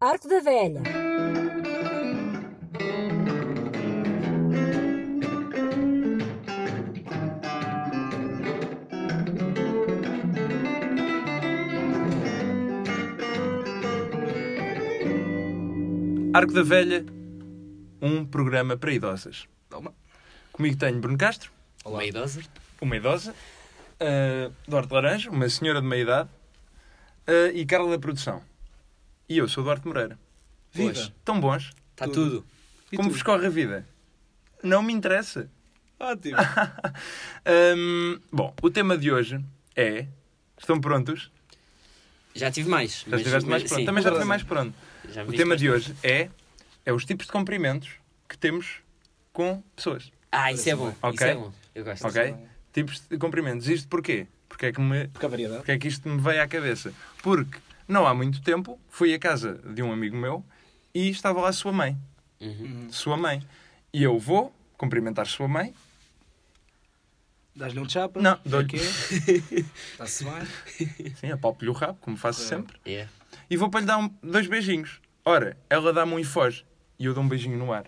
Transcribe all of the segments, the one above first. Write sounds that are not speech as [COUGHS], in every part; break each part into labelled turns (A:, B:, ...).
A: Arco da Velha.
B: Arco da Velha, um programa para idosas. Comigo tenho Bruno Castro,
C: Uma idosa?
B: uma idosa, ah, Duarte Laranja, uma senhora de meia idade, ah, e Carla da Produção. E eu sou Duarte Moreira.
C: Viva. Tá.
B: Pois, Tão bons.
C: Está tudo.
B: Como vos corre a vida? Não me interessa.
D: [LAUGHS]
C: Ótimo.
B: Ahm, bom, o tema de hoje é. Estão prontos?
C: Já tive mais.
B: Já estiveste mais pronto? Também já fui mais pronto. O tema de hoje é, é os tipos de cumprimentos que temos com pessoas.
C: Ah, isso é bom. Isso
B: Ok.
C: é bom. Eu gosto.
B: Ok? Tipos de cumprimentos. Isto porquê? Porque é que, me,
E: Porque a variedade.
B: porque é que isto me veio à cabeça? Porque não há muito tempo fui à casa de um amigo meu e estava lá sua mãe.
C: Uhum.
B: Sua mãe. E eu vou cumprimentar sua mãe.
E: Dás-lhe um chapa?
B: Não, dou-lhe.
E: quê?
D: [LAUGHS]
E: Está-se bem?
B: Sim, apalpo-lhe o rabo, como faço
E: Claro.
B: sempre.
C: Yeah.
B: E vou para lhe dar um- dois beijinhos. Ora, ela dá-me um e foge. E eu dou um beijinho no ar.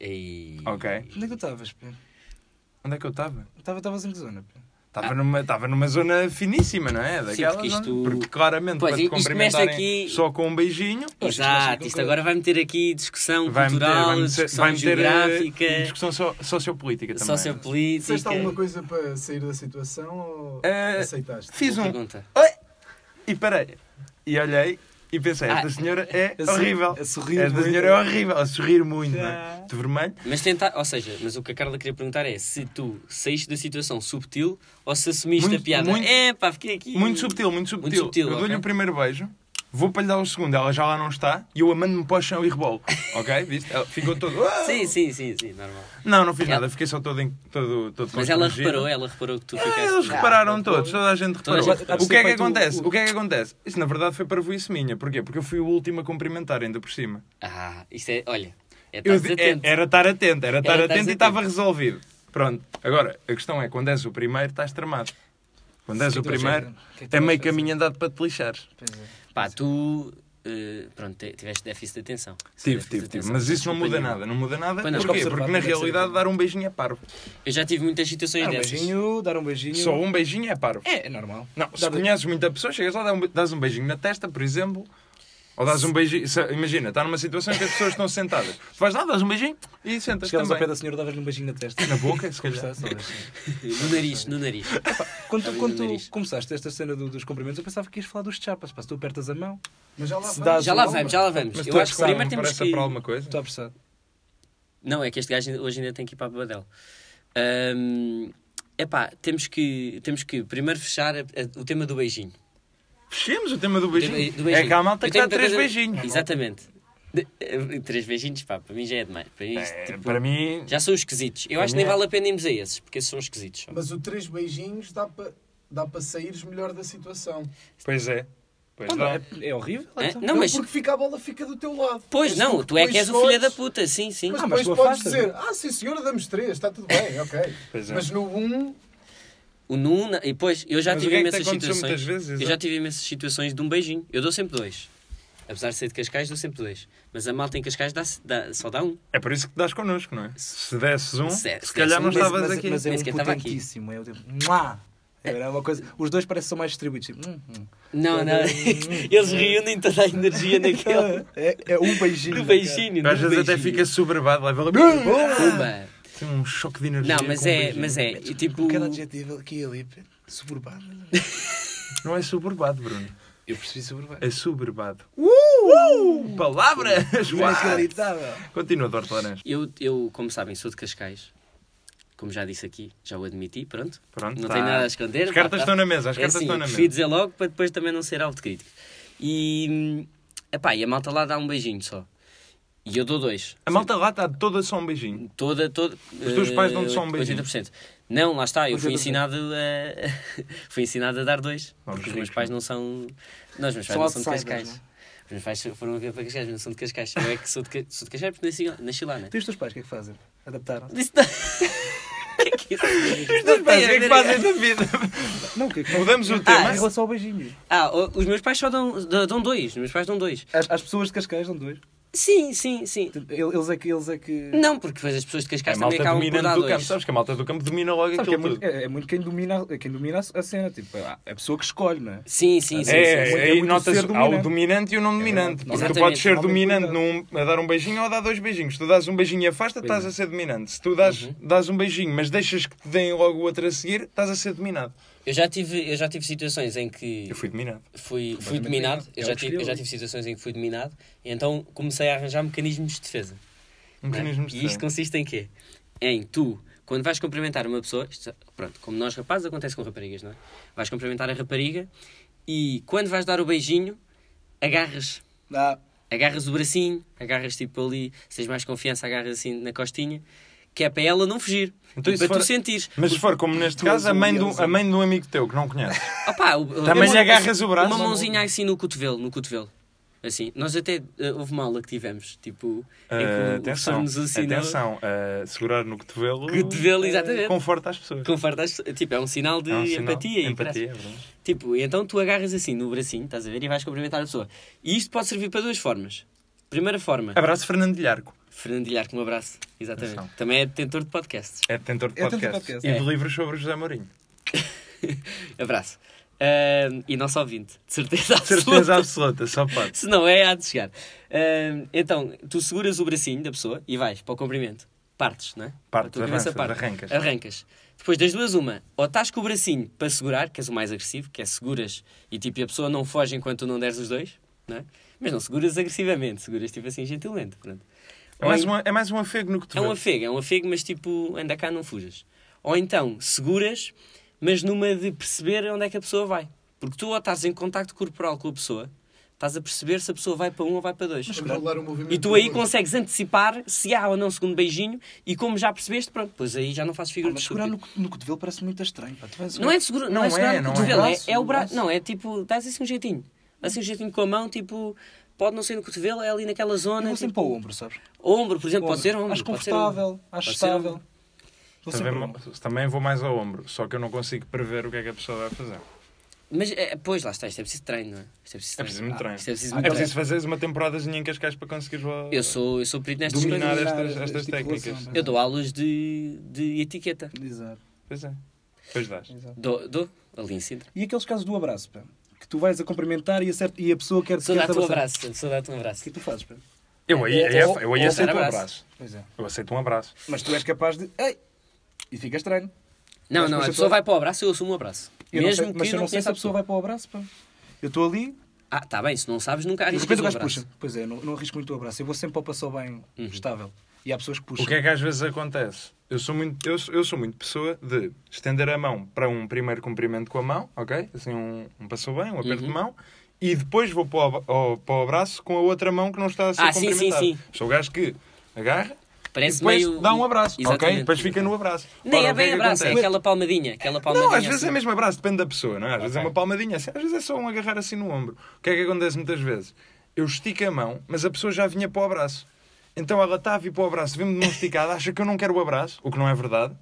C: E...
B: Ok.
E: Onde é que tu estavas, pê?
B: Onde é que eu estava?
E: Estava- Estavas em que zona, pê?
B: Estava numa, estava numa zona finíssima, não é? Daquela
C: Ah. porque
B: zona.
C: isto-
B: Porque claramente
C: Pois,
B: para te
C: isto mexe
B: cumprimentarem
C: aqui-
B: só com um beijinho,
E: Pois, isto vai ser
C: Exato. Isto
E: concreto.
C: agora vai meter aqui discussão
B: vai meter,
C: cultural,
B: vai meter,
C: discussão
B: vai meter eh,
C: geográfica,
B: discussão so, sociopolítica também.
C: sociopolítica.
D: Fizeste alguma coisa para sair da situação ou
B: Eh,
D: aceitaste?
B: Fiz
C: Boa
B: um.
C: Pergunta.
B: E parei. E olhei e pensei,
C: Ah,
B: esta senhora é
E: a sorri-
B: horrível.
E: a sorrir
B: esta
E: muito.
B: senhora é horrível. A sorrir muito, não é?
E: Ah.
B: De vermelho.
C: Mas tentar, ou seja, mas o que a Carla queria perguntar é se tu saíste da situação subtil ou se assumiste
B: Muito-
C: a piada.
B: muito-
C: é, pá, fiquei aqui.
B: Muito subtil, muito subtil.
C: subtil,
B: eu dou-lhe
C: ok.
B: o primeiro beijo, vou para lhe dar o segundo, ela já lá não está, e eu a mando-me para o chão e rebolo. Ok? Viste? Ela ficou todo.
C: Sim, sim, sim, sim, normal.
B: Não, não fiz
C: Ela-
B: nada, fiquei só todo. Em, todo, todo
C: Mas ela
B: constrangido.
C: reparou, ela reparou que tu
B: Ah,
C: ficaste.
B: Eles repararam todos, toda a gente
C: Toda a
B: reparou.
C: gente
E: reparou.
B: O que é que
E: Feito o-
B: acontece?
E: o-
B: O que é que acontece? Isso na verdade foi para voice minha. Porquê? Porque eu fui o último a cumprimentar, ainda por cima.
C: Ah, isso é, olha, é
B: Eu
C: estás
B: di- é-
C: atento.
B: era estar atento, era estar atento,
C: Era estás
B: e
C: atento.
B: estava resolvido. Pronto, agora a questão é: quando és o primeiro, estás tramado. Quando és
E: que
B: o
E: tu vais
B: primeiro,
E: fazer? O que é que tu
B: é
E: vais
B: meio
E: fazer?
B: caminho andado para te lixares.
E: Pois é.
C: Pá, tu. eh, pronto, te- tiveste déficit de atenção.
B: Tive,
C: Déficit de
B: tive, tive.
C: atenção.
B: Mas isso não
C: Desculpa,
B: muda
C: nenhuma.
B: nada, não muda nada.
C: Pois não.
B: Porquê?
E: Observar,
B: Porque na
E: tem que ser
B: realidade
E: observado.
B: dar um beijinho é parvo.
C: Eu já tive muitas situações
B: Ah,
E: Dar um
C: dessas.
E: beijinho, dar um beijinho.
B: Só um beijinho é parvo.
E: É, é normal.
B: Não, se
E: Dar-
B: conheces muita pessoa, chegas lá, dá um be- dás um beijinho na testa, por exemplo, ou dás um beijinho. se- Imagina, está numa situação em que as pessoas estão sentadas. Tu vais lá, dás um beijinho e sentas
E: Chegavas ao
B: também.
E: pé da senhora, davas-lhe um beijinho na testa.
B: Na boca, se calhar.
E: Gostaste? Olha, sim.
C: No nariz, no nariz.
E: Quando, tu,
C: Sabe,
E: quando
C: no
E: tu
C: nariz.
E: começaste esta cena do- dos cumprimentos, eu pensava que ias falar dos chapas. Pá, se tu apertas a mão,
D: Mas já lá
E: Se
D: vamos.
E: dás
C: Já lá vamos, já lá vamos.
B: Mas
C: eu
B: tu
C: acho que primeiro temos que.
B: para alguma coisa?
E: estou apressado.
C: Não, é que este gajo hoje ainda tem que ir para a Babadel. Ahm, Epá, temos que, temos que primeiro fechar a- a- o tema do beijinho.
B: Fechemos o tema do
C: Do
B: beijinho.
C: do beijinho.
B: É que há malta
C: Eu
B: que
C: tenho
B: dá
C: muita
B: três
C: coisa-
B: beijinhos.
C: Exatamente. De- eh, Três beijinhos, pá, para mim já é demais. Para mim, isto,
B: É,
C: tipo,
B: para mim,
C: já são esquisitos. Eu
B: para
C: acho que
B: mim
C: nem
B: é-
C: vale a pena irmos a esses, porque esses são esquisitos. só.
D: Mas o três beijinhos dá para dá para saíres melhor da situação.
B: pois é. Pois
E: Pá,
B: não.
E: É, é horrível.
C: Hã?
E: então.
C: Não,
D: Não,
C: mas.
D: porque fica a bola fica do teu lado.
C: Pois
D: És
C: não,
D: que
C: tu é que
D: depois
C: és o filho da
D: escolhes,
C: puta, sim, sim.
D: Mas
E: Ah, mas
D: depois
E: tu
D: podes
E: afastas,
D: dizer, ah sim senhora, damos três, está tudo bem, ok.
B: Pois é.
D: Mas no um,
C: O Nuna, e depois, eu já
B: Mas o que
C: tive
B: é que te
C: imensas
B: aconteceu
C: situações.
B: muitas vezes,
C: eu
B: exato?
C: já tive imensas situações de um beijinho. Eu dou sempre dois. Apesar de ser de Cascais, dou sempre dois. Mas a malta em Cascais dá, dá- só dá um.
B: É por isso que te dás connosco, não é? Se desses um,
C: Se-
B: se,
C: se
B: calhar
C: desse
B: não
C: um,
B: estavas
E: mas,
B: aqui.
E: Mas é
C: Nem
E: um
C: sequer estava aqui.
E: potentíssimo. É o tipo... Mua! É uma coisa... Os dois parecem que são mais distribuídos. Tipo... hum, hum.
C: Não, não.
B: um.
C: [LAUGHS] Eles reúnem toda a energia naquele.
B: [LAUGHS]
E: É, é um beijinho.
C: Do beijinho. do
B: Às vezes até
C: um beijinho.
B: fica soberbado, leva ali.
C: Pumba.
B: Tem um choque de energia.
C: Não, mas
B: com um
C: é,
B: beijinho.
C: mas é. e Tipo.
E: Cada adjetivo aqui e ali. Suburbano.
B: Não é soberbado, Bruno.
E: Eu percebi suburbano.
B: É soberbado. Uh! Palavras! Uau.
E: Inacreditável.
B: Continua, Dorte Laranja.
C: Eu, eu, como sabem, sou de Cascais. Como já disse aqui, já o admiti, pronto.
B: Pronto,
C: não
B: tá.
C: tenho nada a esconder.
B: As cartas
C: Tá, tá.
B: estão na mesa, as
C: É
B: cartas
C: assim,
B: estão
C: eu
B: na
C: prefiro
B: mesa.
C: dizer logo para depois também não ser alvo de críticas. E, hum, epá, e a malta lá dá um beijinho só. E eu dou dois.
B: A malta lá está toda só um beijinho.
C: Toda, toda.
B: Os teus pais dão-te só um beijinho?
C: 80%. Não, lá está, eu fui
E: 80%.
C: ensinado a. [LAUGHS] fui ensinado a dar dois.
B: Vamos
C: porque os
B: ver,
C: meus pais não são. Não, os meus pais
E: São
C: não são de
E: outsiders, é?
C: Cascais. Os meus pais foram a ver para Cascais, mas não são de Cascais. Eu é que sou de, Ca- sou de Cascais porque nasci, nasci lá, né? [LAUGHS]
E: Tu e os teus pais, o que é que fazem? Adaptaram-se?
C: Disse- O que é que que isso
B: Não
C: tem a
B: o que é que
C: ver-
B: fazes da vida?
E: Não, o que é que faz?
B: Mudamos o
E: Ah,
B: tema.
E: em relação ao beijinho.
C: Ah, o- os meus pais só dão, dão dão dois. Os meus pais dão dois.
E: As, as pessoas de Cascais, não dois.
C: Sim, sim, sim.
E: Eles é que. Eles é que...
C: Não, porque depois as pessoas de Cascais
B: É a
C: também
B: malta
C: acabam por
B: dominante
C: dar
B: do campo.
C: dois.
B: Sabes que a malta do campo domina logo
E: Sabe que é,
B: aquilo
E: muito,
B: tudo.
E: é, é muito quem domina, é quem domina a cena. Tipo, é a pessoa que escolhe, não é?
C: Sim, sim, sim.
B: É,
C: sim, sim.
B: aí
E: é muito
B: notas, há
E: ser
B: o
E: dominante.
B: dominante e o não dominante.
E: verdade.
B: Porque tu
C: Exatamente.
B: podes ser
E: Não tem
B: dominante
E: cuidado.
B: num- a dar um beijinho ou a dar dois beijinhos. Tu dás um beijinho e afasta, estás a ser dominante. Se tu dás, dás um beijinho, mas deixas que te deem logo o outro a seguir, estás a ser dominado.
C: Eu já tive, eu já tive situações em que
B: Eu fui dominado.
C: fui, fui
E: Completamente
C: dominado,
E: dominado.
C: eu
E: É
C: já,
E: o que
C: tive, eu
E: escolheu.
C: já tive situações em que fui dominado, e então comecei a arranjar mecanismos de defesa. não é?
B: Mecanismos de
C: E isto consiste em quê? Em tu, quando vais cumprimentar uma pessoa, isto- pronto, como nós rapazes acontece com raparigas, não é? Vais cumprimentar a rapariga e quando vais dar o beijinho, agarras,
E: Ah,
C: agarras o bracinho, agarras tipo ali, se tens mais confiança, agarras assim na costinha, que é para ela não fugir,
B: Então,
C: e
B: e se
C: para
B: for-
C: tu sentires.
B: Mas se for como neste
E: Tu és
B: caso, a
E: um
B: mãe, de
E: leãozinho.
B: um, a mãe de um amigo teu que não conhece.
C: Opá, o-
B: Também
C: uma-
B: lhe agarras o braço?
C: Uma mãozinha assim no cotovelo, no cotovelo. Assim, nós até eh, houve uma aula que tivemos, tipo, em que o-
B: Ah,
C: o professor
B: atenção,
C: nos ensinou.
B: atenção. ah, segurar no cotovelo,
C: [LAUGHS] Cotovelo,
B: ah,
C: exatamente.
B: conforta as pessoas.
C: Conforta as- tipo, é um sinal de
B: É um sinal.
C: empatia. e
B: Empatia,
C: parece-
B: é verdade.
C: Tipo, então tu agarras assim no bracinho, estás a ver, e vais cumprimentar a pessoa. E isto pode servir para duas formas. Primeira forma,
B: Abraço Fernando Lharco.
C: Fernandilhar com um abraço. Exatamente.
B: Atenção.
C: Também é detentor de podcasts. [LAUGHS]
B: É detentor de
E: É detentor de
B: podcast.
E: podcast.
B: E
C: É.
B: de livros sobre o José Mourinho.
C: Abraço. Ahm, e nosso ouvinte, de certeza [LAUGHS] absoluta.
B: Certeza absoluta, só pode.
C: Se não é, há de chegar. Ahm, então, tu seguras o bracinho da pessoa e vais para o comprimento. Partes, não é?
B: Partes,
C: Para a tua cabeça
B: avanças,
C: parte.
B: arrancas.
C: Arrancas. Depois das duas, uma. Ou estás com o bracinho para segurar, que és o mais agressivo, que é seguras e tipo a pessoa não foge enquanto tu não deres os dois, não é? Mas não seguras agressivamente, seguras tipo assim gentilmente. Pronto.
B: É
C: Ou
B: mais,
C: en-
B: uma, é mais um afego no
C: é
B: cotovelo.
C: um afego, é um afego, mas tipo, anda cá, não fujas. Ou então, seguras, mas numa de perceber onde é que a pessoa vai. Porque tu ou estás em contacto corporal com a pessoa, estás a perceber se a pessoa vai para um ou vai para dois.
D: Controlar o movimento
C: E tu
D: do
C: aí
D: corpo.
C: consegues antecipar se há ou não um segundo beijinho e como já percebeste, pronto, pois aí já não fazes figura de
E: mas segurar no,
C: estúpido.
E: no cotovelo parece muito estranho. pá. Tu vais
C: Não é de seguro, não,
B: Não
C: é,
B: é,
C: segurar no
B: não é.
C: cotovelo, é,
E: Braço,
C: é o braço.
E: braço.
C: Não, é tipo, dás assim um jeitinho. Assim um jeitinho com a mão, tipo, pode não ser no cotovelo, é ali naquela
E: Eu
C: zona. Tipo,
E: vou sempre para o ombro, sabes?
C: Ombro, por exemplo, pode ser ombro.
E: Acho
C: pode ser ombro.
E: confortável, acho
C: Pode ser ombro.
E: estável. Vou sempre para o
B: Também,
E: ombro.
B: também vou mais ao ombro, só que eu não consigo prever o que é que a pessoa vai fazer.
C: Mas, é, pois, lá está, isto é preciso treino, não é? Isto é preciso
B: É
C: treino.
B: preciso muito treino.
C: Isto é
E: Ah,
C: preciso
B: É
E: então,
C: muito
B: preciso
C: treino.
B: fazeres uma temporadazinha em Cascais para conseguires lá
C: Eu sou, eu sou perito nestas
B: dominar
C: coisas.
B: estas,
E: Dominar
B: estas
E: este tipo de
B: técnicas.
E: relação,
C: Eu dou aulas de, de etiqueta.
E: Exato,
B: Pois é. Pois dás.
E: exato.
C: Dou, dou ali em Sintra.
E: E aqueles casos do abraço, pá? Que tu vais a cumprimentar e, acerta, e a pessoa quer
C: Sou
E: quer é-
C: dar-te um
E: abraçar.
C: abraço, sou dar-te um
E: O
C: abraço.
E: que é que tu fazes, pá?
B: Eu aí,
C: Ou-
B: eu,
C: ou-
B: eu aí
C: ou
B: aceito
C: dar
B: um
C: abraço.
B: abraço.
E: Pois é.
B: Eu aceito um abraço.
E: Mas tu és capaz de. Ei! E fica estranho.
C: Não,
E: Mas
C: não, a
E: depois a
C: pessoa
E: pessoa-
C: vai para o abraço, eu assumo o abraço.
E: Eu não
C: Mesmo
E: sei-
C: que
E: mas
C: eu
E: eu não sei se
C: conheça
E: a pessoa vai para o abraço, pá. Eu estou ali
C: Ah, tá bem, se não sabes, nunca
E: e de
C: arriscas
E: repente o
C: um
E: gajo
C: abraço. Uhum.
E: puxa. Pois é, eu não, não arrisco muito o abraço. Eu vou sempre para o passou bem estável. E há pessoas que puxam.
B: O que é que às vezes acontece? Eu sou, muito, eu, sou, eu sou muito pessoa de estender a mão para um primeiro cumprimento com a mão, ok? Assim, um, um passou bem, um
C: Uhum.
B: aperto de mão, e depois vou para o, ab- ao- para o abraço com a outra mão que não está a ser
C: Ah, sim,
B: cumprimentada.
C: sim, sim.
B: Sou o gajo que agarra e
C: Parece
B: depois
C: meio...
B: dá um abraço, ok?
C: Exatamente.
B: Depois fica no abraço.
C: Nem
B: Ora,
C: é
B: o que
C: bem
B: que
C: abraço, é
B: acontece?
C: aquela palmadinha, aquela palmadinha.
B: Não, às vezes
C: assim.
B: é mesmo abraço, depende da pessoa, não é? Às vezes é
C: Ok.
B: uma palmadinha, assim, às vezes é só um agarrar assim no ombro. O que é que acontece muitas vezes? Eu estico a mão, mas a pessoa já vinha para o abraço. Então ela está a vir para o abraço, vem-me de mão esticada, acha que eu não quero o abraço, o que não é verdade,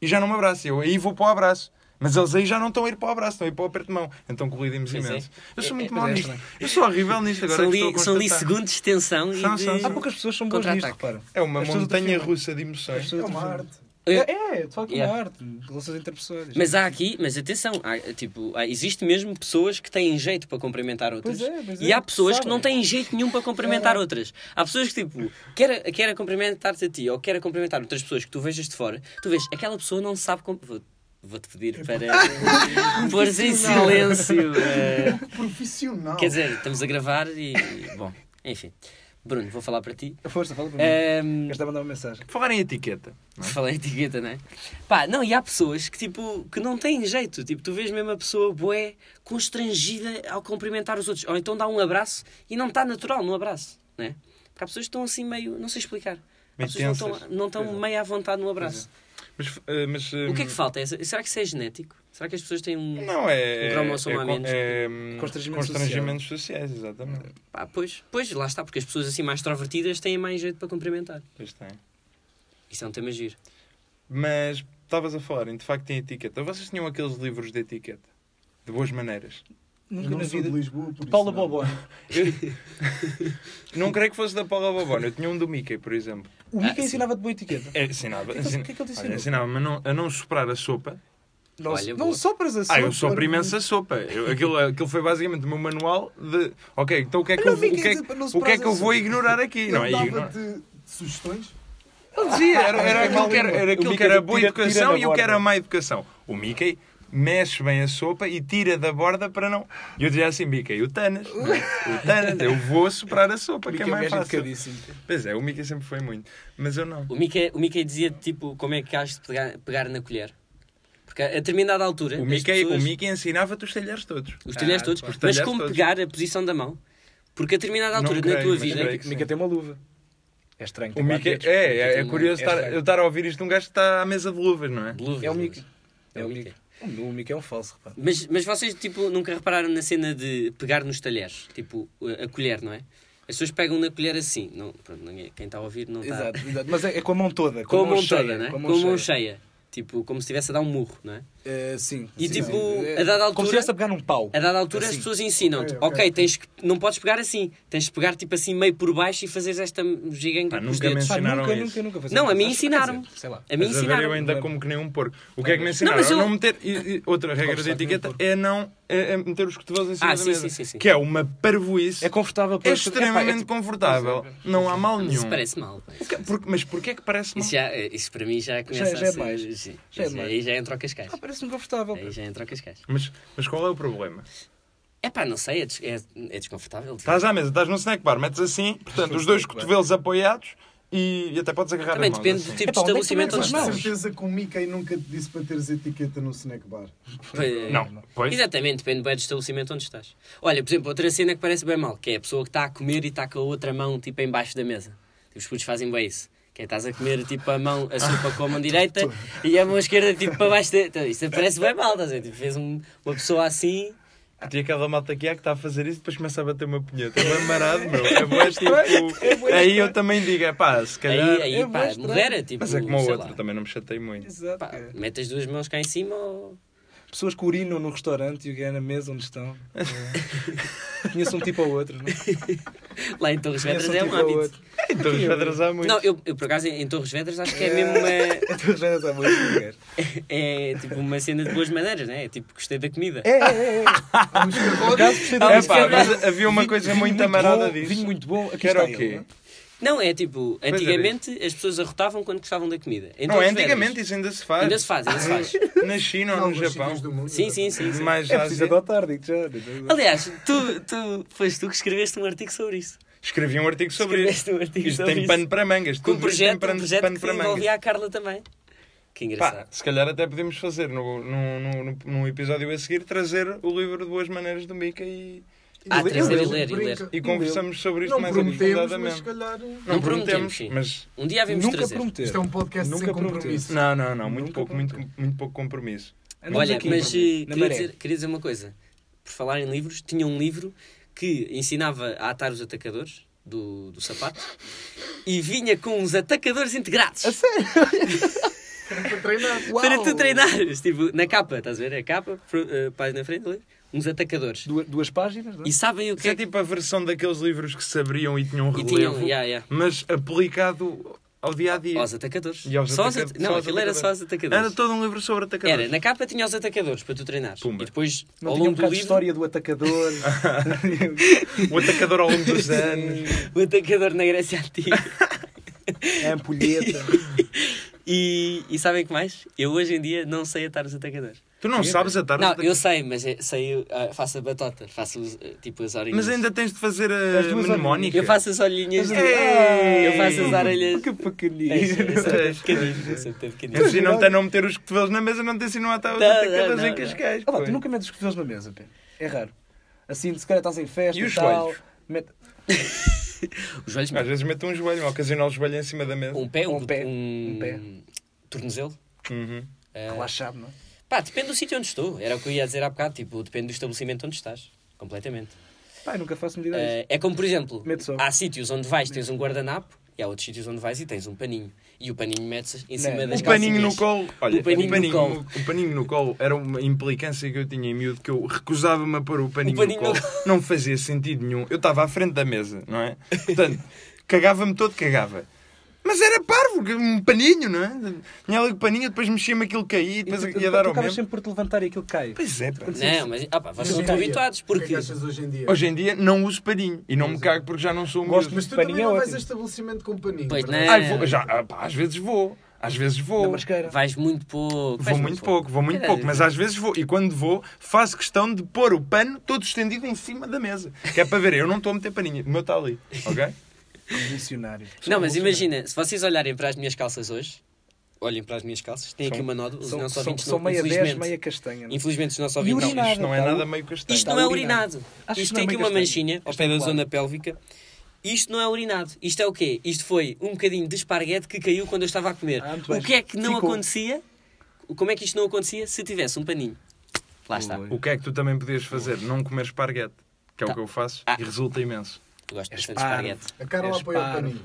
B: e já não me abraça. Eu aí vou para o abraço. Mas eles aí já não estão a ir para o abraço, estão a ir para o aperto de mão. Então colidimos
C: Pois é.
B: imenso. Eu sou
C: É,
B: muito
C: é,
B: mau
E: pois é,
B: nisto. Eu sou horrível nisto agora. é
C: São
B: que estou
C: ali,
B: a
C: são ali
B: constatar.
C: segundos de tensão e
B: São, são,
C: de...
B: são.
E: Há poucas pessoas que são boas nisto,
C: Contra-ataque.
E: repara.
B: É uma
E: As pessoas
B: montanha
E: outra-
B: russa de
E: as
B: emoções.
E: pessoas
D: É uma
E: outra-
D: arte.
E: É, é, de facto,
C: Yeah.
E: uma arte. Relações interpessoais.
C: Mas há aqui, mas atenção, há, tipo, há- existe mesmo pessoas que têm jeito para cumprimentar outras.
E: Pois é, pois
C: e
E: é,
C: há pessoas que
E: sabem. É.
C: não têm jeito nenhum para cumprimentar outras. Há pessoas que, tipo, quer, quer a cumprimentar-te a ti ou quer a cumprimentar outras pessoas que tu vejas de fora, tu vês, aquela pessoa não sabe como. Vou, te
E: É
C: pedir para [LAUGHS] pôres em silêncio. eh,
D: Profissional.
C: quer dizer, estamos a gravar e. e, Bom, enfim. Bruno, vou falar para ti.
E: Força, fala para
C: É-
E: mim.
C: Ahm,
E: Estás a mandar uma mensagem.
B: Falar em etiqueta. não é?
C: [LAUGHS] Falei etiqueta, não é? Pá, não, e há pessoas que, tipo, que não têm jeito. Tipo, tu vês mesmo a pessoa boé constrangida ao cumprimentar os outros. Ou então dá um abraço e não está natural no abraço, não é? Porque há pessoas que estão assim meio... Não sei explicar. Há
B: Meio
C: pessoas que não
B: tensas.
C: estão- não estão
B: Pois é.
C: meio à vontade no abraço.
B: Mas, eh, mas,
C: O que é que
B: hum,
C: falta? É- Será que isso é genético? Será que as pessoas têm um...
B: Não, é.
C: Um cromossomo
B: é,
C: a menos.
B: é, hum,
E: tipo, Constrangimentos É.
B: constrangimentos sociais, exatamente.
C: Pá, pois, pois, lá está. Porque as pessoas assim mais extrovertidas têm mais jeito para cumprimentar.
B: Pois tem.
C: Isso é um tema giro.
B: Mas estavas a falar em, de facto em etiqueta. Vocês tinham aqueles livros de etiqueta? De boas maneiras.
D: Eu
E: Nunca
D: não
E: na
D: sou de
E: vida.
D: Lisboa, por
E: De Paula
D: isso não.
E: Bobone.
B: Não creio que fosse da Paula Bobone. Eu tinha um do Mickey, por exemplo.
E: O
C: Ah, sim.
E: Mica ensinava-te boa etiqueta.
B: É, Ensinava.
E: que é que ele- o que é que ele te
B: ensin-
E: ensinou?
B: Olha, Ensinava-me a não- a não soprar a sopa.
E: Não,
C: Olha,
E: não
C: boa.
E: sopras assim.
B: Ah, eu sopro imensa sopa. Eu, aquilo, aquilo foi basicamente o meu manual de. Ok, então o que é que
E: Olha
B: eu,
E: o
B: o
E: Mickey
B: que é,
E: dizer para não
B: que- o que é que eu
E: soprar
B: vou ignorar aqui? Não, é
D: Ele
B: ignorar.
D: dava-te sugestões.
B: Ele dizia, era, era
E: Era
B: aquilo que era,
E: Ah, é língua.
B: era,
E: O
B: aquilo que
E: Mickey
B: era boa
E: tira- tira
B: educação
E: da
B: e o que era
E: borda.
B: má educação. O Mickey mexe bem a sopa e tira da borda para não. E eu dizia assim, Mickey, o
E: [LAUGHS]
B: Tanas. não é? O Tanas, eu vou soprar a sopa, que é
E: Mica é um
B: mais
E: gajo
B: fácil.
E: educadíssimo.
B: Pois é, o Mickey sempre foi muito. Mas eu não.
C: O Mickey, o Mickey dizia tipo como é que has de pegar, pegar na colher. Porque a determinada altura.
B: O
C: as
B: Mickey,
C: pessoas-
B: o Mickey ensinava-te os talheres todos.
C: Os talheres
E: Ah,
C: todos.
E: claro.
B: Os
C: Mas
B: talheres
C: como
B: todos.
C: pegar a posição da mão. Porque a determinada
B: Não
C: altura
B: creio,
C: na tua
B: mas
C: vida.
B: creio.
E: O Mica tem uma luva. É estranho.
B: O
E: tem quatro
B: Mickey,
E: dedos.
B: é,
C: Mickey
B: é,
C: tem
B: é
C: uma-
B: curioso
E: é
B: estar,
E: estranho.
B: eu estar a ouvir isto de um gajo que está à mesa de luvas, não é?
C: Luvas,
E: É o
C: luvas.
E: Mica. É o Mica. O o Mica é um falso, rapaz.
C: Mas, mas vocês tipo, nunca repararam na cena de pegar nos talheres? Tipo, a a colher, não é? As pessoas pegam na colher assim. Não, pronto, ninguém- quem está a ouvir não está.
E: Exato, exato. Mas é, é com a mão toda.
C: Tá. Com a mão
E: cheia,
C: toda, não é?
E: Com a mão cheia.
C: cheia. Tipo, como se estivesse a dar um murro, não é?
E: Eh, sim.
C: E
E: sim,
C: tipo,
E: sim.
C: a dada
E: Como
C: altura-
E: se estivesse a pegar num pau.
C: A dada altura as
E: Assim.
C: pessoas ensinam-te,
D: Ok,
C: ok,
D: ok, ok.
C: tens que, não podes pegar assim, tens de pegar tipo assim meio por baixo e fazeres esta gigante
B: Pá,
C: com os
B: nunca
C: dedos.
B: me
E: Pá,
B: ensinaram
E: nunca,
B: isso.
E: nunca, assim. nunca fazer.
C: Não, a mim
E: Quer dizer,
C: ensinaram.
E: Sei lá.
C: A
B: Mas a ver,
C: mim
B: eu
C: ensinaram.
B: ainda
E: Não é?
B: como que nem um porco. O que é que me
E: Não,
B: ensinaram?
C: mas eu-
B: Não meter... e- e outra regra de
E: Obstáculo,
B: etiqueta
E: nem um porco.
B: é não é, é meter os cotovelos em cima
C: Ah,
B: da
C: sim,
B: mesa.
C: sim, sim, sim.
B: Que é uma parvoíce.
E: É confortável
B: É
E: para
B: extremamente confortável. Não há mal
C: é, Isso
B: nenhum.
C: parece mal. pá.
B: Porque- porque- mas porquê é que parece mal?
C: Isso, já, eh, isso para mim já começa
E: já é
C: a ser...
E: demais.
C: sim,
E: Já é
C: isso aí
E: demais.
C: já entra o cascais.
E: Ah, parece-me confortável.
C: Aí já entra o cascais.
B: Mas, mas qual é o problema?
C: É pá, não sei, é, des- é, é desconfortável.
B: Estás à mesa, estás num snack bar, metes assim, portanto, os dois cotovelos apoiados e, e até podes agarrar
C: Também
B: as mãos,
C: depende
B: assim.
C: do tipo
E: Epá,
C: de
E: onde é que
C: estabelecimento
E: também
C: onde
E: Mas
D: Mas de
C: estás.
E: não. fazes
D: certeza que o Mickey nunca te disse para teres etiqueta no snack bar.
C: Pois-
B: Não, pois.
C: Exatamente, depende bem do estabelecimento onde estás. Olha, por exemplo, outra cena que parece bem mal, que é a pessoa que está a comer e está com a outra mão tipo embaixo da mesa. Tipo, os putos fazem bem isso. Que é, estás a comer tipo a mão, a sopa com
B: [LAUGHS]
C: a mão direita e a mão esquerda tipo para baixo da. Então, isso parece bem mal, estás a ver? Tipo, fez um- uma pessoa assim.
B: E aquela malta que há que está a fazer isso e depois começa a bater uma punheta. É bem marado, meu. É bué, tipo... Aí eu também digo, é pá, se
C: É Aí,
B: calhar...
C: aí
E: é
C: pá,
E: bastante.
C: modera, tipo.
B: Mas é como a
C: sei
B: outra,
C: lá,
B: também É. não me chatei muito.
E: Exato.
C: pá,
E: cara.
C: mete as duas mãos cá em cima ou.
E: Pessoas que urinam no restaurante e o que é na mesa onde estão. [LAUGHS] É. Conheço um tipo ao outro. Não?
C: Lá em Torres Vedras é
E: Conheço um
C: um
E: tipo ao
C: hábito.
E: outro.
B: Então os pedras há muito.
C: Não, eu, eu por acaso em em Torres Vedras acho que é mesmo uma.
E: É tu já és há muito lugar.
C: É tipo uma cena de boas maneiras, né? É tipo gostei da comida.
E: É, é, é. Por acaso gostei da
B: É
E: música.
B: pá, mas havia uma
E: Vinho-
B: coisa
E: vinho
B: muito
E: bom,
B: amarada disso.
E: Vinho muito bom. Aqui
B: Que era
E: está
B: o
E: ele,
B: quê?
C: né?
E: não é?
C: Não, é tipo,
B: era
C: antigamente as pessoas arrotavam quando gostavam da comida. Então Em
B: Não,
C: todos
B: é
C: os
B: antigamente
C: velhos.
B: isso ainda se faz.
C: Ainda se faz, ainda se faz.
B: [LAUGHS] Na China ou no
D: Alguns
B: Japão.
D: sítios do mundo,
C: Sim, sim, sim. sim.
B: Mas
E: É
B: já
E: preciso
B: se-
E: adotar, digo já. Aliás,
C: Aliás, tu, tu, foste tu que escreveste um artigo sobre isso.
B: escrevi um artigo sobre isso.
C: Escreveste um artigo
B: Isto
C: sobre
B: tem
C: isso.
B: pano para mangas.
C: Com
B: tudo
C: um
B: isto
C: projeto,
B: tem pano,
C: um projeto
B: pano
C: que
B: para mangas.
C: envolvia a Carla também. Que
B: Pá,
C: engraçado.
B: se calhar até podemos fazer no, no, no, no- num episódio a seguir trazer o livro de Boas Maneiras do Mica e,
C: Ah,
B: eu-
C: trazer
B: eu-
C: e ler, e ler.
D: brinca.
B: e conversamos sobre isto
D: Não
B: mais
D: prometemos, mas se
B: aprofundadamente.
D: calhar...
C: Não prometemos, sim.
B: mas.
C: Um dia havíamos
E: Nunca
C: trazer.
E: prometer.
D: Isto é um podcast
E: Nunca
D: sem
E: prometeu.
D: compromisso.
B: Não, não, não. Muito
E: Nunca
B: pouco, muito, muito pouco compromisso.
E: Andamos
C: Olha,
E: aqui,
C: mas eh,
E: é na
C: queria
E: maré.
C: dizer, queria dizer uma coisa. Por falar em livros, tinha um livro que ensinava a atar os atacadores do, do sapato e vinha com uns atacadores integrados.
E: A sério?
D: Para treinar.
C: Para tu treinares, tipo, na capa, estás a ver? A capa, fr- eh, página na frente, ali, uns atacadores.
E: Duas, duas páginas, não é?
C: E sabem o
B: Isso
C: que é
B: é
C: que.
B: tipo a versão daqueles livros que se abriam e tinham
C: E
B: relevo,
C: tinham, yeah, yeah.
B: mas aplicado ao dia a dia.
C: Aos atacadores.
B: E aos
C: Só aos
B: ataca-
C: at-
B: só
C: Não,
B: aos
C: aquilo era só aos
B: Era
C: atacadores.
B: todo um livro sobre atacadores.
C: Era, na capa tinha os atacadores para tu treinares.
B: Pumba.
C: E depois,
E: Não
C: ao
E: tinha um
C: longo do
E: bocado de
C: livro,
E: história do atacador.
B: O atacador ao longo
C: [LAUGHS]
B: dos anos.
C: o atacador na Grécia Antiga.
E: a ampulheta.
C: [LAUGHS] e, e sabem o que mais? Eu hoje em dia não sei atar os atacadores.
B: Tu não sabes atar os
C: Não, eu
B: atacadores.
C: sei, mas é- sei, ah, faço a batota, faço os, eh, tipo as orelhas.
B: Mas ainda tens de fazer
E: As
B: a
E: duas
B: mnemónica.
C: Eu faço as olhinhas.
B: Ei!
C: Eu faço as orelhas.
E: Que pequenino.
C: É, isso- isso é pequenino, isso é pequenino.
B: Ensinam-te a não meter os cotovelos na mesa, não te ensinam a atar os
C: Não, não,
B: atacadores
C: Tá, não,
B: em
C: não.
B: Cascais.
E: Olha lá,
B: pô.
E: Ah, tu nunca metes os cotovelos na mesa, Pedro. É raro. Assim, se calhar estás em festa
B: E os
E: tal.
B: joelhos?
E: Mete...
C: Os joelhos
B: Às vezes meto um joelho, um ocasional joelho em cima da mesa.
C: Um pé, um,
E: Um pé,
C: um
E: um pé.
C: tornozelo.
B: Uhum.
C: Eh,
E: Relaxado, não é?
C: pá, depende do sítio onde estou. Era o que eu ia dizer há bocado. Tipo, depende do estabelecimento onde estás. Completamente.
E: Pai, nunca faço medida disso.
C: Eh, é como, por exemplo,
E: Mete É só.
C: há sítios onde vais tens um guardanapo e há outros sítios onde vais e tens um paninho. E o paninho mete-se em
E: Não,
C: cima das
E: não.
B: O Né? Um paninho no
C: calcinhas.
B: colo. Olha, o paninho,
C: Um paninho no colo.
B: o paninho no colo era uma implicância que eu tinha em miúdo que eu recusava-me a pôr o paninho,
C: paninho
B: no
C: no
B: colo. Não fazia sentido nenhum. Eu estava à frente da mesa, não
C: [LAUGHS]
B: é? Portanto, cagava-me todo, cagava. Mas era parvo, um paninho, não é? Tinha ali o paninho, depois mexia-me aquilo que caía e depois
E: tu,
B: ia dar
E: tu
B: ao
E: acabas
B: mesmo.
E: sempre por te levantar e aquilo cai.
B: Pois é, pá.
C: Não, mas ah pá, vocês
D: Hoje
C: não
D: em
C: estão
D: dia,
C: habituados
D: O que é
C: porque.
D: que achas hoje em dia?
B: Hoje em dia não uso paninho e não me cago porque já não sou um
E: é. Gosto
B: miúdo.
E: muito
D: Mas tu
E: Paninho
D: também
E: é
D: não vais
E: ótimo.
D: a estabelecimento com paninho.
C: Pois
D: verdade?
C: não.
B: Ai, vou- já, ah, pá, às vezes vou. Às vezes
E: Na
B: vou.
E: masqueira.
C: Vais muito pouco.
B: Vou
C: vais
B: muito pouco, vou muito
C: Quer
B: pouco,
C: dizer,
B: mas às vezes vou. E quando vou, faço questão de pôr o pano todo estendido em cima da mesa. Que é para ver, eu não estou a meter paninho, o meu está ali, ok?
E: Missionário.
C: Não, mas imagina, se vocês olharem para as minhas calças hoje, olhem para as minhas calças, tem aqui
B: São-
C: uma nódoa, os
E: São,
C: nossos
E: são,
C: ouvintes
E: são
C: não,
E: meia
C: infelizmente.
E: 10, meia castanha. não é?
C: Infelizmente os nossos
E: E
C: ouvintes não.
E: urinar.
B: Isto não é
E: Tá,
B: nada
E: o-
B: meio castanho.
C: Isto
E: Está
C: não é
E: urinado.
C: urinado.
E: Acho
C: Isto
E: que não é
C: tem aqui
E: meio
C: uma
E: castanho.
C: manchinha ao
E: Isto é
C: pé da
E: claro.
C: zona pélvica. Isto não é urinado. Isto é o quê? Isto foi um bocadinho de esparguete que caiu quando eu estava a comer.
E: Ah, muito
C: o
E: bem.
C: que é que não
E: Ficou.
C: acontecia? Como é que isto não acontecia se tivesse um paninho? Lá está.
E: Ui.
B: O que é que tu também podias fazer? Não comer esparguete, que é o que eu faço,
C: Ah.
B: e resulta imenso.
C: Eu gosto
E: És
C: bastante de
E: parvo.
C: esparguete.
D: A Carla
E: És
D: apoia o
E: parvo.
D: paninho.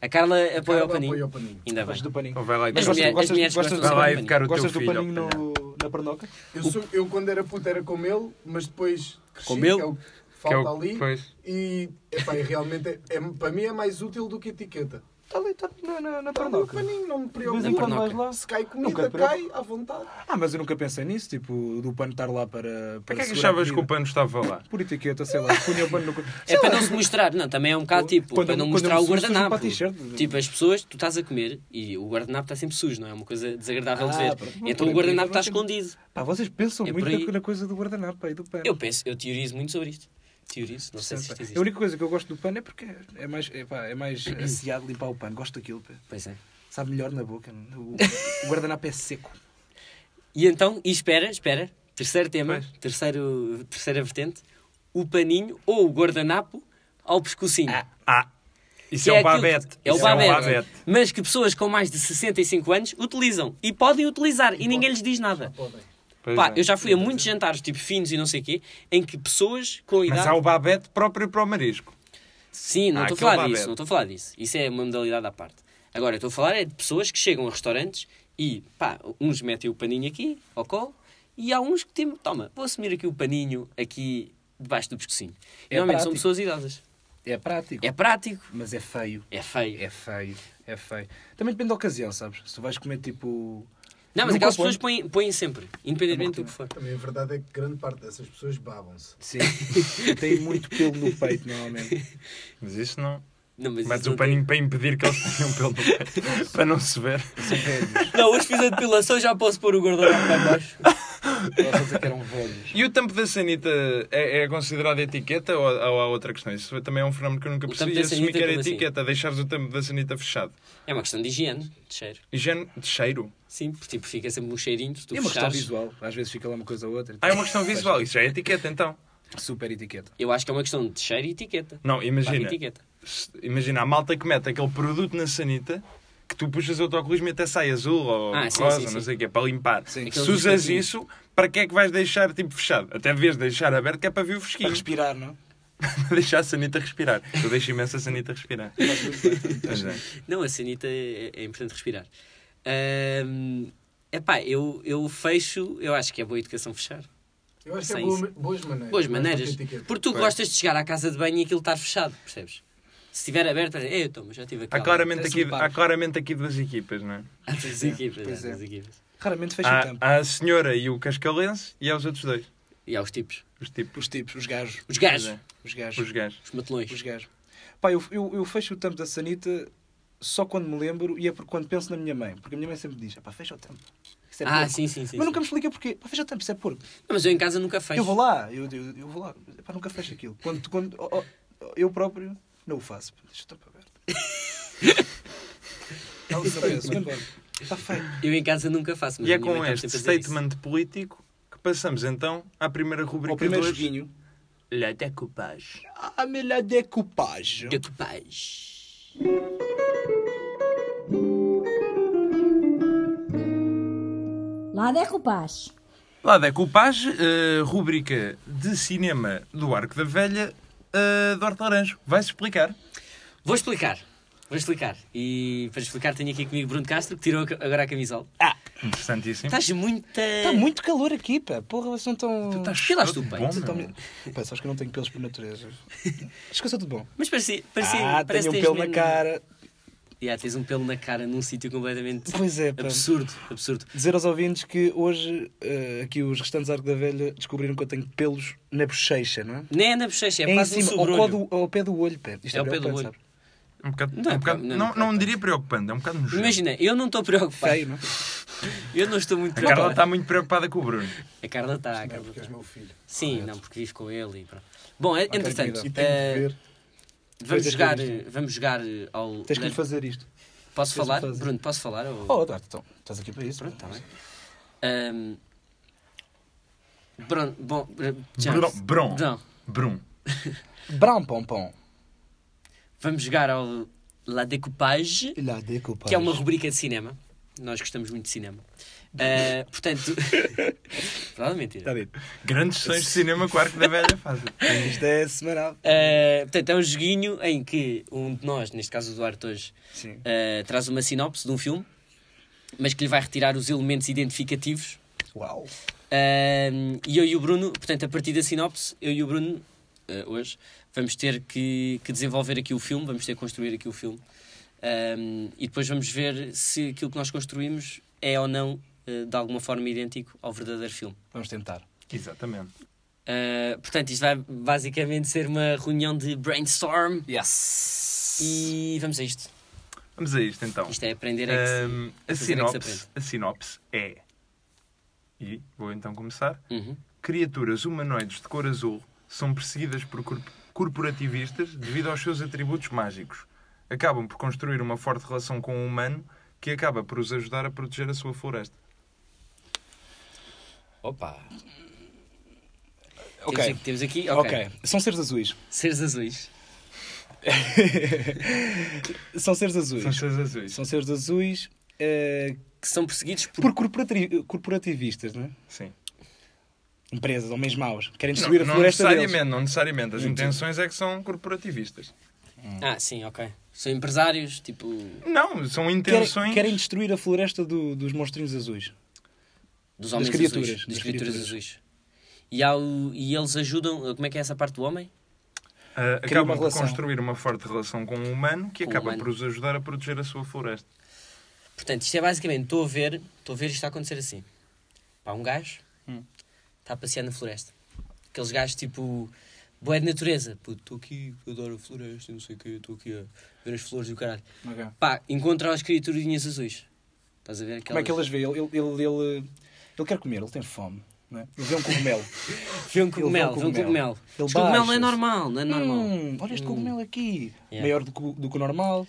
C: A Carla apoia
D: Carla
C: o paninho.
D: apoia o paninho.
C: Ainda bem.
E: Gostas do paninho.
B: Então vai lá e
C: Mas é
B: come.
C: mulher- as mulheres
E: gostas,
B: Vai lá
C: gostam do
B: e
C: paninho.
B: educar o teu
E: Gostas do
B: filho.
E: paninho
B: ó, palhaço.
E: no- na pernoca?
D: Eu, sou- eu quando era puto era com ele, mas depois cresci,
C: Com ele?
D: que é o que
B: Que é
D: falta
B: o-
D: ali.
B: pois.
D: E, epá, e realmente, é, é- para mim é mais útil do que etiqueta.
E: Está Tá ali, está na, na, na
D: Está no
E: pernoca.
D: paninho, não me
E: De vez
D: preocupo.
E: em quando
C: pernoca.
E: vais lá.
D: Se cai
E: Nunca
D: comida,
E: te preocupa.
D: cai à vontade.
E: Ah, mas eu nunca pensei nisso, tipo, do pano estar lá para.
B: Para
E: para
B: que é que
E: segurar a
B: achavas que o
E: comida.
B: pano estava lá?
E: Por etiqueta, sei lá, punha o pano no.
C: É para não se mostrar, não, também é um bocado tipo,
E: Quando-
C: para não
E: quando um
C: mostrar
E: eu
C: o
E: me sujo, sujo-me
C: guardanapo.
E: para a t-shirt.
C: Tipo, as pessoas, tu estás a comer e o guardanapo está sempre sujo, não é? É uma coisa desagradável de
E: Ah,
C: ver.
E: pronto.
C: Então o
E: Por
C: guardanapo está
E: incrível que-
C: escondido.
E: Pá, vocês pensam
C: É por
E: muito
C: aí.
E: na coisa do guardanapo e do pano.
C: Eu penso, eu teorizo muito sobre isto. Teorizo, não sei se isto
E: Sempre.
C: existe.
E: A única coisa que eu gosto do pano é porque é mais, é, pá, é mais asseado limpar o pano. Gosto daquilo, pá.
C: Pois é.
E: sabe melhor na boca. não? O, o guardanapo é seco.
C: E então, e espera, espera, terceiro tema,
B: Pois.
C: terceiro, terceira vertente, o paninho ou o guardanapo ao pescocinho.
B: Ah, isso
C: Que
B: é, o
C: aquilo-
B: babete.
C: É o
B: Isso é
C: babete. Mas que pessoas com mais de 65 anos utilizam. E podem utilizar. E, ninguém lhes diz nada.
D: Podem.
B: Pois
C: Pá,
B: é.
C: eu já fui a muitos jantares, tipo finos e não sei o quê, em que pessoas com idade...
B: Mas há o babete próprio para o marisco.
C: Sim, não
B: Ah,
E: é
C: estou a
B: aquele
C: falar
B: babete.
C: disso, não estou a falar disso. Isso é uma modalidade à parte. Agora, eu estou a falar é de pessoas que chegam a restaurantes e, pá, uns metem o paninho aqui, ao colo, e há uns que, tipo, toma, vou assumir aqui o paninho aqui debaixo do pescocinho. E,
E: É
C: normalmente são
E: prático.
C: pessoas idosas.
E: É prático.
C: É prático,
E: Mas é feio.
C: é feio.
E: É feio. É feio. Também depende da ocasião, sabes? Se tu vais comer tipo.
C: Não, mas
E: Nunca
C: aquelas
E: põe.
C: pessoas põem, põem sempre, independentemente do que for.
D: Também a verdade é que grande parte dessas pessoas babam-se.
E: [LAUGHS] Sim. Tem muito pelo no peito, [LAUGHS] normalmente.
B: Mas isso não.
C: Não, mas
B: Metes o
C: isso não tem-
B: paninho para impedir que eles tenham pelo no peito. [LAUGHS] para não se ver.
E: São velhos.
C: Não, hoje fiz a depilação, já posso pôr o guardanapo para baixo.
E: Posso dizer que eram velhos.
B: E o tampo da sanita é, é considerado etiqueta ou, ou há outra questão? Isso também é um fenómeno que eu nunca
C: O tampo
B: percebi.
C: da
B: Assumi
C: sanita,
B: que era
C: como assim?
B: etiqueta, deixares o tampo da sanita fechado.
C: É uma questão de higiene, de cheiro.
B: Higiene de cheiro.
C: Sim, porque tipo, fica sempre um cheirinho, se tu
E: E é uma questão
C: fechares.
E: visual. Às vezes fica lá uma coisa ou outra.
B: Ah, é uma questão visual. Isso já é etiqueta, então.
E: Super etiqueta.
C: Eu acho que é uma questão de cheiro e etiqueta.
B: Não,
C: Imagina.
B: imagina. se- Imagina, a malta que mete aquele produto na sanita que tu puxas o autocolismo e até sai azul ou
C: Ah, sim,
B: rosa,
C: sim,
B: não
C: sim.
B: sei o quê, para limpar.
E: Sim.
B: Se usas isso, para que é que vais deixar tipo fechado? Até devias deixar aberto que é para ver o
E: Para
B: fresquinho.
E: respirar, não? é?
B: Para [LAUGHS] deixar a sanita respirar. Eu deixo imenso a sanita respirar. Pois é.
C: Não, a sanita é, é importante respirar. Ahm, epá, eu, eu fecho, eu acho que é boa educação fechar.
D: Eu acho que é
C: Sem
D: boa-
C: isso.
D: boas maneiras.
C: Boas
D: mais do que
C: maneiras.
D: etiqueta.
C: Porque tu
B: Pois.
C: gostas de chegar à casa de banho e aquilo estar fechado, percebes? Se estiver aberto, é, eu tomo, já tive
B: Há
C: aquela.
B: claramente,
E: Parece um
B: aqui, há
E: parvo.
B: claramente aqui duas equipas, não é?
C: Há duas equipas,
E: pois
C: há
E: é.
C: duas equipas.
E: Raramente fecha o tampo.
B: Há, há a senhora e o cascalense e há os outros dois.
C: E há os tipos.
B: Os tipos.
E: Os tipos, os gajos.
C: Os gajos,
B: Pois é.
E: Os gajos.
B: Os gajos.
C: os matelões.
E: Os gajos. Pá, eu, eu, eu fecho o tampo da sanita só quando me lembro e é por- quando penso na minha mãe. Porque a minha mãe sempre diz, "Ah pá, fecha o tampo. Isso é
C: Ah,
E: porco."
C: sim, sim, sim.
E: Mas
C: sim.
E: nunca me explica porquê. Pá, fecha o tampo, isso é porco.
C: Não, mas eu em casa nunca fecho.
E: Eu vou lá, eu, eu, eu vou lá. Pá, nunca fecho aquilo. Quando, quando oh, oh, eu próprio não o faço. Pá, Deixa o tampo [LAUGHS] aberto.
D: Não
E: Não
D: sei.
E: penso, vou embora. Está feio.
C: Eu em casa nunca faço. Mas
B: E
C: a
B: é
C: minha mãe
B: com este
C: está tá sempre a dizer isso.
B: statement político que passamos então à primeira rubrica
E: O primeiro
B: de hoje.
E: joguinho.
B: Le découpage.
E: Ah, mas la découpage.
C: De que paz.
A: La découpage.
B: Lá découpage, eh, rubrica de cinema do Arco da Velha eh, do Horto Laranjo. Vai-se explicar.
C: Vou explicar. Vou explicar. E para explicar, tenho aqui comigo Bruno Castro, que tirou a ca- agora a camisola.
B: Interessantíssimo.
C: Estás muita.
E: Está Tá muito calor aqui, pá. Porra, vocês não estão.
B: Tu estás
C: que lá
B: todo
C: estupendo.
B: bom,
E: Vocês estão-
B: meu.
E: Pá, sabes que eu não tenho pelos por natureza. Esqueça tudo bom.
C: Mas parecia. parecia
E: ah,
C: parece
E: tenho um
C: que tens
E: pelo na
C: mesmo-
E: cara.
C: Yeah, tens um pelo na cara num sítio completamente
E: Pois é, pá.
C: absurdo. Absurdo.
E: Dizer aos ouvintes que hoje eh, aqui os restantes Arco da Velha descobriram que eu tenho pelos na bochecha, não é?
C: Nem é na bochecha, é,
E: É em
C: quase no
E: cima, ao,
C: sobre-olho.
E: pó do- ao pé do olho, pé. Isto
C: É ao pé do
E: preocupante,
C: olho.
E: sabe?
B: Um bocado,
C: Não é
B: um bocado-
C: preocu-
B: não,
C: não é
B: não,
C: preocupante.
B: diria preocupante, é um bocado nojento.
C: Imagina, eu não estou preocupado.
E: Feio, não é?
C: Eu não estou muito
B: A Carla
C: preocupado.
B: está muito preocupada com o Bruno.
C: A Carla está.
D: Não é porque és meu filho.
C: Sim, não, porque vivo com ele e pronto. Bom, é- entretanto,
D: E tenho de
C: eh,
D: ver.
C: vamos,
E: Pois é,
C: jogar,
E: tens
C: eh, vamos jogar eh, ao.
E: Tens que lhe fazer isto.
C: Posso
E: tens de
C: falar?
E: fazer.
C: Bruno, posso falar? Ou-
E: Oh, Eduardo, então, estás aqui para isso.
C: Pronto,
E: pá.
C: está bem. Ahm, Bruno, bom. eh, James.
B: Bron. Bron.
C: Bruno,
B: Bruno.
E: Brown pom pom.
C: vamos jogar ao La Découpage,
E: Lá, desculpa.
C: que é uma rubrica de cinema. Nós gostamos muito de cinema. Ah, portanto. [LAUGHS] Pronto, mentira.
E: Está dito.
B: Grandes sessões de cinema com o Arco da Velha fácil.
E: Isto é semanal.
C: Ah, portanto, é um joguinho em que um de nós, neste caso o Duarte hoje,
E: Sim.
C: ah, traz uma sinopse de um filme, mas que lhe vai retirar os elementos identificativos.
E: Uau.
C: Ah, e eu e o Bruno, portanto, a partir da sinopse, eu e o Bruno, ah, hoje, vamos ter que, que desenvolver aqui o filme, vamos ter que construir aqui o filme. Ah, e depois vamos ver se aquilo que nós construímos é ou não, ah, de alguma forma, idêntico ao verdadeiro filme.
E: Vamos tentar.
B: [LAUGHS] Exatamente.
C: Ah, portanto, isto vai basicamente ser uma reunião de brainstorm.
E: Yes.
C: E vamos a isto.
B: Vamos a isto então.
C: Isto é aprender a que
B: Ahm, a,
C: fazer é que se
B: sinopse, a sinopse é. E vou então começar.
C: se- Uhum.
B: Criaturas humanoides de cor azul são perseguidas por corp- corporativistas devido aos seus atributos mágicos. Acabam por construir uma forte relação com o humano que acaba por os ajudar a proteger a sua floresta.
C: Opa! Temos
E: Ok.
C: aqui, temos aqui ok.
E: Ok. São seres azuis.
C: Seres azuis.
E: São seres azuis.
B: São seres azuis.
E: São seres azuis eh,
C: Que são perseguidos por.
E: por corporati- corporativistas, não é?
B: Sim.
E: Empresas, homens maus. Querem
B: Não,
E: destruir a
B: não
E: floresta
B: necessariamente,
E: deles.
B: não necessariamente. As intenções é que são corporativistas.
C: Ah, sim, ok. São empresários, tipo.
B: Não, são intenções.
E: Querem, querem destruir a floresta do- dos monstrinhos azuis.
C: Dos homens
E: criaturas,
C: azuis.
E: das
C: Das criaturas
E: criaturas.
C: azuis. E, há o- e eles ajudam. Como é que é essa parte do homem?
B: Ah,
E: Cria uma
B: acabam por
E: relação.
B: construir uma forte relação com o humano que
C: Com o
B: acaba
C: humano.
B: por os ajudar a proteger a sua floresta.
C: Portanto, isto é basicamente. Estou a ver. Estou a ver isto a acontecer assim. Pá, um gajo.
E: Hum.
C: Está a passear na floresta. Aqueles gajos tipo. Boé de natureza. Puto, estou aqui, eu adoro a floresta, e não sei o quê, estou aqui a ver as flores e o caralho. Pá, encontra as criaturinhas azuis. Estás a ver aquelas...
E: Como é que elas vê? Ele, ele, ele, ele- ele quer comer, ele tem fome. Não é? Ele vê um cogumelo.
C: [LAUGHS] Vê um cogumelo,
E: Ele
C: vê um cogumelo.
E: Ele
C: Mas cogumelo não é
E: baixa-se.
C: normal, não é normal.
E: Hum, olha este
C: Hum.
E: cogumelo aqui.
C: Yeah.
E: Maior do, que- do que o normal.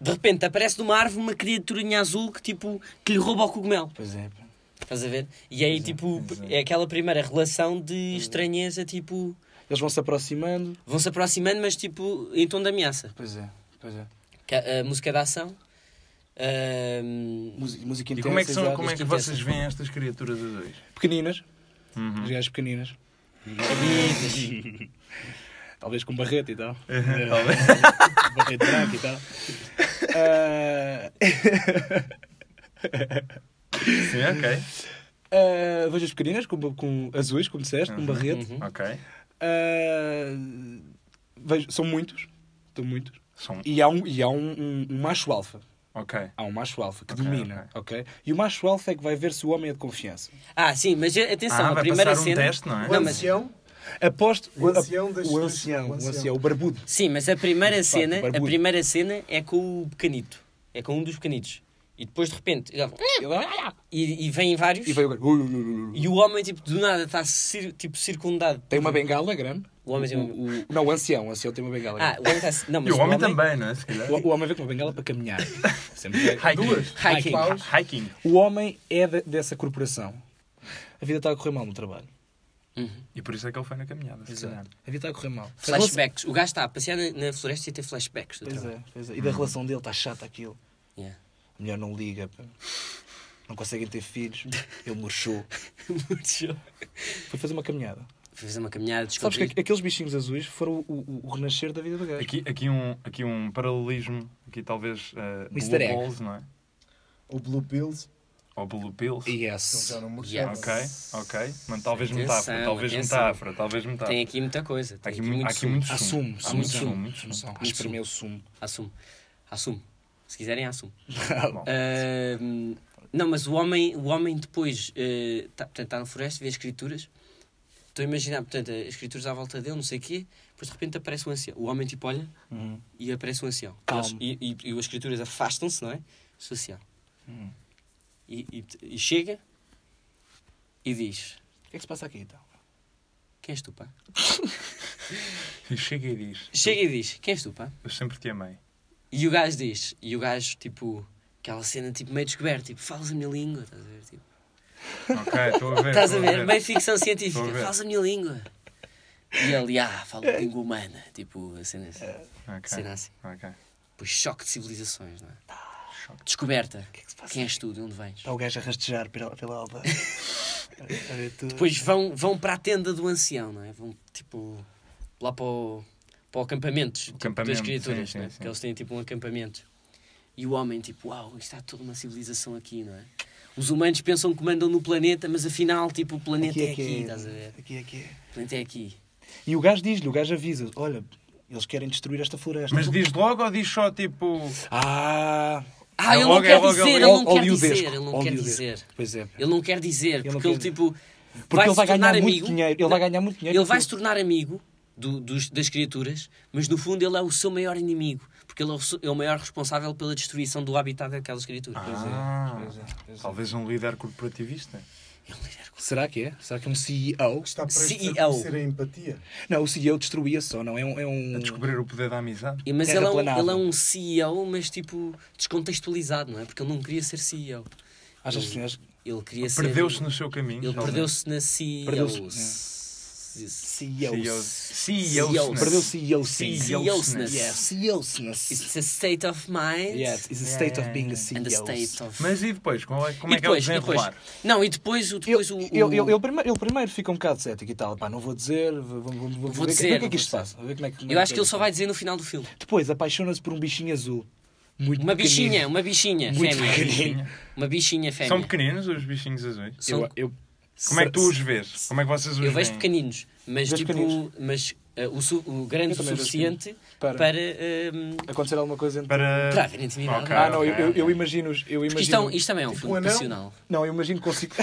C: De repente aparece de uma árvore uma criaturinha azul que tipo que lhe rouba o cogumelo.
E: Pois é. pá.
C: Estás a ver? E aí tipo é aquela primeira relação
E: Uhum.
C: de estranheza, tipo
E: Eles vão se aproximando.
C: vão se aproximando, mas tipo em tom de ameaça.
E: Pois é. Pois é.
C: Que a, a música da ação. ahm,
E: Música,
B: E
E: música intensa.
B: como é que, são,
E: exato.
B: como é que
C: Isto
B: vocês
C: interessa.
B: veem estas criaturas
E: [LAUGHS]
B: azuis?
E: Pequeninas.
B: Uhum.
E: Os gajos pequeninas. Talvez com barrete e tal.
D: É.
E: barrete branco e
D: [LAUGHS]
E: tal. Ah,
B: Sim, ok.
E: ah, vejo as pequeninas com, com azuis, como disseste, com barrete.
C: uhum.
B: Ok.
E: Ah, vejo, são muitos. São muitos.
B: São.
E: E há um, e há um, um- um macho alfa.
B: Ok.
E: Há um macho alfa que
B: Ok,
E: domina, ok? E o macho alfa é que vai ver se o homem é de confiança.
C: Ah, sim, mas atenção,
B: Ah,
C: a
B: vai
C: primeira
B: passar um
C: cena.
B: teste, não é?
D: O
C: Não, mas,
D: ancião,
E: Aposto
D: O ancião das-
E: o ancião,
D: o
E: o
D: ancião.
E: ancião, o barbudo.
C: Sim, mas a primeira
E: De facto,
C: cena, a
E: barbudo.
C: primeira cena é com o pequenito. É com um dos pequenitos. E depois de repente ele- e, e vêm vários.
E: E
C: E,
E: veio agora. Ui, ui, ui, ui.
C: o homem tipo do nada está cir- tipo circundado.
E: Tem uma bengala grande.
C: O homem tem uma-
E: O- o- Não, o ancião, o ancião tem uma bengala
C: Ah,
E: grande.
C: o homem está não,
B: E
C: mas
B: o homem também, não é? Se calhar.
E: O, o homem vem com uma bengala para caminhar. Sempre vai.
B: Hiking.
D: duas.
C: Hiking.
D: Paus.
B: Hiking.
E: O homem é de- dessa corporação. A vida está a correr mal no trabalho.
B: E por isso é que ele foi na caminhada, se calhar.
E: A vida está a correr mal.
C: Flashbacks. O gajo está a passear na, na floresta e a ter flashbacks. Do
E: Pois
C: trabalho.
E: é, pois é. E da relação dele está chata aquilo.
C: Yeah.
E: A mulher não liga. pá. Não conseguem ter
B: [LAUGHS]
E: filhos. Ele murchou.
C: Muito show.
E: Foi fazer uma caminhada.
C: Foi [LAUGHS] fazer uma caminhada,
E: Sabes
C: descobrir.
E: que aqu- aqueles bichinhos azuis foram o, o- o renascer da vida do gajo.
B: Aqui, aqui, um, aqui um paralelismo aqui talvez eh,
C: Mr.
B: Blue
C: Egg.
B: Balls, não é?
D: O Blue Pills,
B: Ou Blue Pills.
D: ele
C: Yes.
D: já não me
C: Yes.
B: Ok, ok. Mas talvez
C: Atenção,
B: metáfora, talvez
C: atenção.
B: metáfora, talvez metáfora.
C: Tem aqui muita coisa.
B: Há
C: Tem
B: aqui,
C: aqui,
B: mu- há
C: muito
B: aqui
C: sumo.
B: muito
E: Há
B: sumo.
E: sumo,
B: Há
E: sumo,
B: muito
E: sumo,
B: sumo, muito sumo.
E: sumo, sumo. Há espremer é o sumo.
C: Assumo. Assumo. Se quiserem, assumo.
B: Bom,
C: Ahm, não, mas o homem, o homem depois está portanto, tá na floresta, vê as escrituras. Estou a imaginar, portanto, as escrituras à volta dele, não sei o quê. Depois de repente aparece um ancião. O homem tipo olha e aparece um ancião.
E: Calmo.
C: Eles- E, e, e as escrituras afastam-se, não é? Se o ancião. E, e, e chega e diz:
E: O que é que se passa aqui então?
C: Quem és tu, pá?
B: E chega e diz:
C: Chega e diz: Quem és tu, pá?
B: Eu sempre te
C: [LAUGHS]
B: amei.
C: E o gajo diz, e o gajo, tipo, aquela cena, tipo, meio descoberto, tipo, falas a minha língua, estás a ver? Tipo,
B: Ok, estou É, a ver.
C: estás a
B: estou
C: ver? Meio ficção científica,
B: Estou a ver.
C: falas a minha língua. E ele, ah, fala a língua humana, tipo, a cena assim.
B: É, Ok,
C: Cena assim.
B: ok.
C: Pois choque de civilizações, não é?
B: Tá,
C: Descoberta.
B: é
C: Quem és tu? De onde vens?
E: Está Tá o gajo a rastejar pela, pela alba.
D: [LAUGHS]
E: a ver tudo.
C: Depois vão, vão para a tenda do ancião, não é? Vão, tipo, lá para o, para o acampamento, tipo, das
B: acampamento,
C: criaturas,
B: sim, sim,
C: não é?
B: sim.
C: Que eles têm, tipo, um acampamento. E o homem, tipo, uau, isto há toda uma civilização aqui, não é? Os humanos pensam que mandam no planeta, mas afinal, tipo, o planeta é aqui, estás a ver?
E: Aqui, aqui é.
C: O planeta é aqui.
E: E o gajo diz-lhe, o gajo avisa: olha, eles querem destruir esta floresta.
B: Mas diz logo ou diz só tipo.
E: Ah!
B: É
C: Ah, ele não
B: logo- é
C: quer
B: logo-
C: dizer,
B: é
C: ele
B: logo
C: não quer dizer,
E: Oleodesco,
C: ele não quer
E: oleodesco.
C: dizer.
E: Pois é.
C: Ele não quer dizer,
E: não
C: porque ele,
E: quer-
C: tipo,
E: Porque ele vai
C: se tornar
E: ganhar muito
C: amigo.
E: dinheiro. Ele vai ganhar muito dinheiro.
C: Ele vai se
E: porque-
C: tornar amigo do- dos- das criaturas, mas no fundo ele é o seu maior inimigo, porque ele é o, seu- é o maior responsável pela destruição do habitat daquelas criaturas.
B: Ah,
E: Pois é, pois é.
B: talvez um líder corporativista.
E: Será que é? Será que é um CEO?
D: que está
B: é
D: prestes
C: CEO.
D: a conhecer tipo a empatia.
E: Não, o CEO destruía só, não. É um. É um...
B: A descobrir o poder da amizade.
C: E- mas ele é, um,
E: Terraplanável.
C: ele é um CEO, mas tipo descontextualizado, não é? Porque ele não queria ser CEO.
E: Achas que sim?
C: Ele queria ser.
B: Perdeu-se no seu caminho.
C: Ele
B: talvez.
C: perdeu-se na CEO.
E: Perdeu-se, né?
C: Isso
E: CEO.
B: CEO.
C: CEO.
E: Perdeu-se CEO.
C: CEO-sness.
E: Yes, CEO-sness.
C: It's a state of mind
E: Yes, it's the state of being a CEO.
C: and a state of.
B: Mas e depois? Como é, como
C: E
B: é que é o
C: depois, e depois,
B: desenrolar?
C: não, e depois, o-
E: Eu,
C: depois o, o-
E: eu, eu, eu primeiro, ele primeiro fica um bocado cético e tal. Pá, não vou dizer, vou, vou, vou, vou ver
C: dizer,
E: o que é que isto
C: vou
E: passa. Vou ver como é que, como é
C: eu acho que ele
E: é.
C: só vai dizer no final do filme.
E: Depois apaixona-se por um bichinho azul. Muito
C: Uma
E: pequenino.
C: bichinha, uma bichinha
E: Muito
C: fêmea.
E: pequenino.
C: Uma bichinha fêmea.
B: São pequeninos os bichinhos azuis?
C: São- eu,
E: eu,
B: Como é que tu os vês? Como é que vocês os veem?
C: vejo pequeninos, mas
E: Vês
C: tipo,
E: pequeninos?
C: mas eh, o, su- o grande
E: Eu também
C: o
E: vejo
C: suficiente para,
E: Para-
C: ehm,
E: Acontecer alguma coisa entre...
B: Para...
C: para haver intimidade.
B: Ok.
E: Ah, não, eu, eu, eu imagino... os- Eu
C: Porque
E: imagino... tipo
C: isto, é um- isto também é um filme
D: um anão?
C: profissional.
E: Não, eu imagino que
C: [LAUGHS]
E: consigo...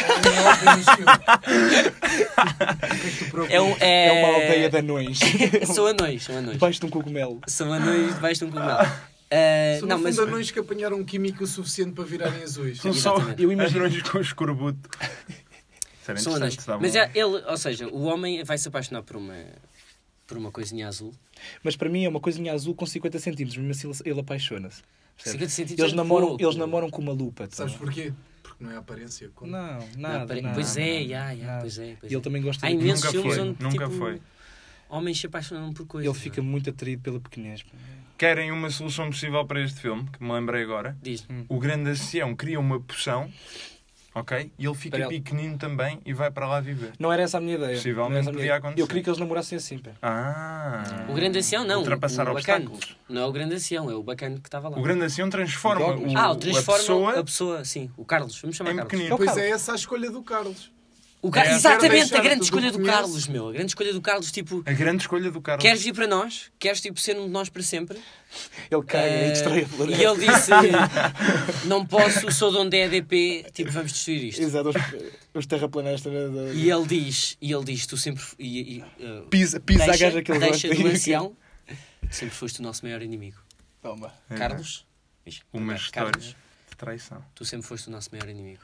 C: É, um, é...
E: É uma aldeia de anões.
C: [LAUGHS] São anões, são anões.
E: Debaixo de um cogumelo.
C: São anões debaixo de um cogumelo.
B: Ah.
C: Eh,
D: São
C: não, mas
D: ainda anões que apanharam um químico o suficiente para
C: [LAUGHS]
D: virarem azuis.
B: São só
C: Exatamente.
E: Eu imagino-
B: anões com escorbuto. Isso era
C: são anões.
B: interessante. dava
C: Mas
B: um-
C: é- ele, ou seja, o homem vai se apaixonar por uma, por uma coisinha azul.
E: Mas para mim é uma coisinha azul com 50 centímetros. Mesmo assim ele- ele apaixona-se. Percebe?
C: 50 centímetros
E: Eles
C: é
E: namoram,
C: pouco.
E: eles namoram com uma lupa. tá
D: Sabes
E: bom?
D: porquê? Porque não é a aparência. que conta.
E: Não,
C: Não,
E: nada.
C: peraí,
E: nada,
C: pois é,
E: nada,
C: já, já,
E: nada.
C: pois é, pois
E: E ele
C: é.
E: também gosta
C: Há
E: de-
C: imensos
B: Nunca
C: filmes
B: foi,
C: onde
B: nunca
C: tipo,
B: foi.
C: homens se apaixonam por coisas.
E: Ele fica
C: não
E: muito atraído pela pequenez. pá.
B: Querem uma solução possível para este filme, que me lembrei agora.
C: é? Diz.
B: O grande ancião cria uma poção, ok? E ele fica
E: Para ele.
B: pequenino também e vai para lá viver.
E: Não era essa a minha ideia.
B: Possivelmente
E: Não era essa a
B: podia
E: ideia.
B: acontecer.
E: Eu queria que eles namorassem assim, pá.
B: Ah!
C: O grande ancião não.
B: Ultrapassar
C: o bacano.
B: obstáculos.
C: Não é o grande ancião, é o bacano que estava lá.
B: O grande ancião transforma
E: Dogmas.
B: o-
C: Ah, o transforma
B: a pessoa
C: sim. O Carlos, vamos chamar
B: em
C: Carlos.
B: pequenino.
E: É o
D: Pois
E: Carlos.
D: é essa a escolha do Carlos.
C: O Car-
B: É.
D: Quero
C: Exatamente,
D: deixar
C: a grande
D: tudo
C: escolha do
D: que
C: Carlos,
D: conheço.
C: meu. A grande escolha do Carlos, tipo,
B: A grande escolha do Carlos.
C: queres vir para nós? Queres tipo ser um de nós para sempre?
E: Ele caga
C: Eh,
E: e destrói a
C: e
E: floresta.
C: ele disse: Não posso, sou dono da EDP, tipo, vamos destruir isto.
E: Exato, os, os terraplanistas. né, da-
C: E ele diz, e ele diz, tu sempre e, e, eh,
E: Pisa, pisa
C: deixa,
E: a gaja que ele
C: deixa
E: gosta.
C: do ancião, sempre foste o nosso maior inimigo.
E: Toma.
B: É.
C: Carlos, diz,
B: Uma
C: Roberto,
B: história
C: Carlos,
B: de traição.
C: tu sempre foste o nosso maior inimigo.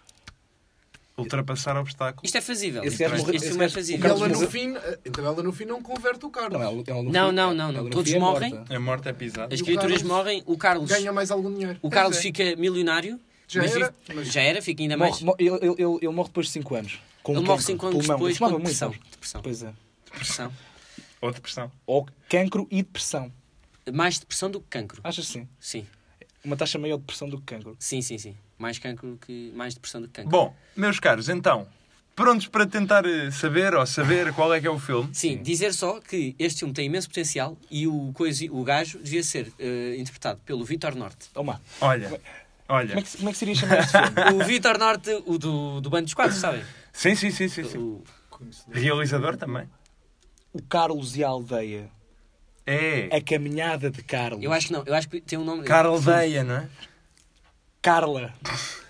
B: Ultrapassar obstáculos.
C: Isto é fazível.
E: Esse
C: Isto,
E: gajo
C: isto,
E: morre-
C: isto
E: esse
C: não é
E: gajo- o
D: E
C: fazível.
E: Carlos
D: ela no
E: morreu.
D: fim, então ela no fim não converte o Carlos.
E: Não, é ela- ela
C: Não,
E: foi-
C: não, não, não.
E: ela
C: Todos
E: foi, é
C: morrem.
E: morta.
B: A morte é pisada.
C: As
D: o
C: criaturas
D: Carlos
C: morrem, o Carlos,
D: Ganha mais algum dinheiro.
C: o Carlos
D: Pois é.
C: fica milionário,
D: Já
C: mas
D: era,
C: vive-
D: mas-
C: já era, fica ainda mais.
E: Morre- mo- Ele, ele, ele, ele morre depois de 5 anos. Com
C: Ele
E: um
C: morre
E: cancro,
C: 5 anos
E: pulmão. Ele
C: depois
E: fumava
C: com
E: muito,
C: depressão.
E: sabes?
C: Depressão.
E: Pois é.
C: depressão. é-
B: Ou depressão.
E: Ou cancro e depressão.
C: Mais depressão do que cancro.
E: Achas sim?
C: Sim,
E: Uma taxa maior de depressão do que cancro.
C: sim, sim, sim. Mais cancro que. Mais depressão do que cancro.
B: Bom, meus caros, então, prontos para tentar eh, saber ou saber qual é que é o filme.
C: Sim, dizer só que este filme tem imenso potencial e o, coisa, o gajo devia ser eh, interpretado pelo Vitor Norte.
E: Toma.
B: Olha, olha.
E: Como é, que, como é que seria chamar este filme?
C: O Vitor Norte, o do, do Bando dos Quatro, sabem?
B: Sim, sim, sim, sim. sim.
C: O-
B: Realizador também.
E: O Carlos e a Aldeia.
B: É.
E: A caminhada de Carlos.
C: eu acho que não, eu acho que tem um nome.
B: Carl Deia, não é?
E: Carla.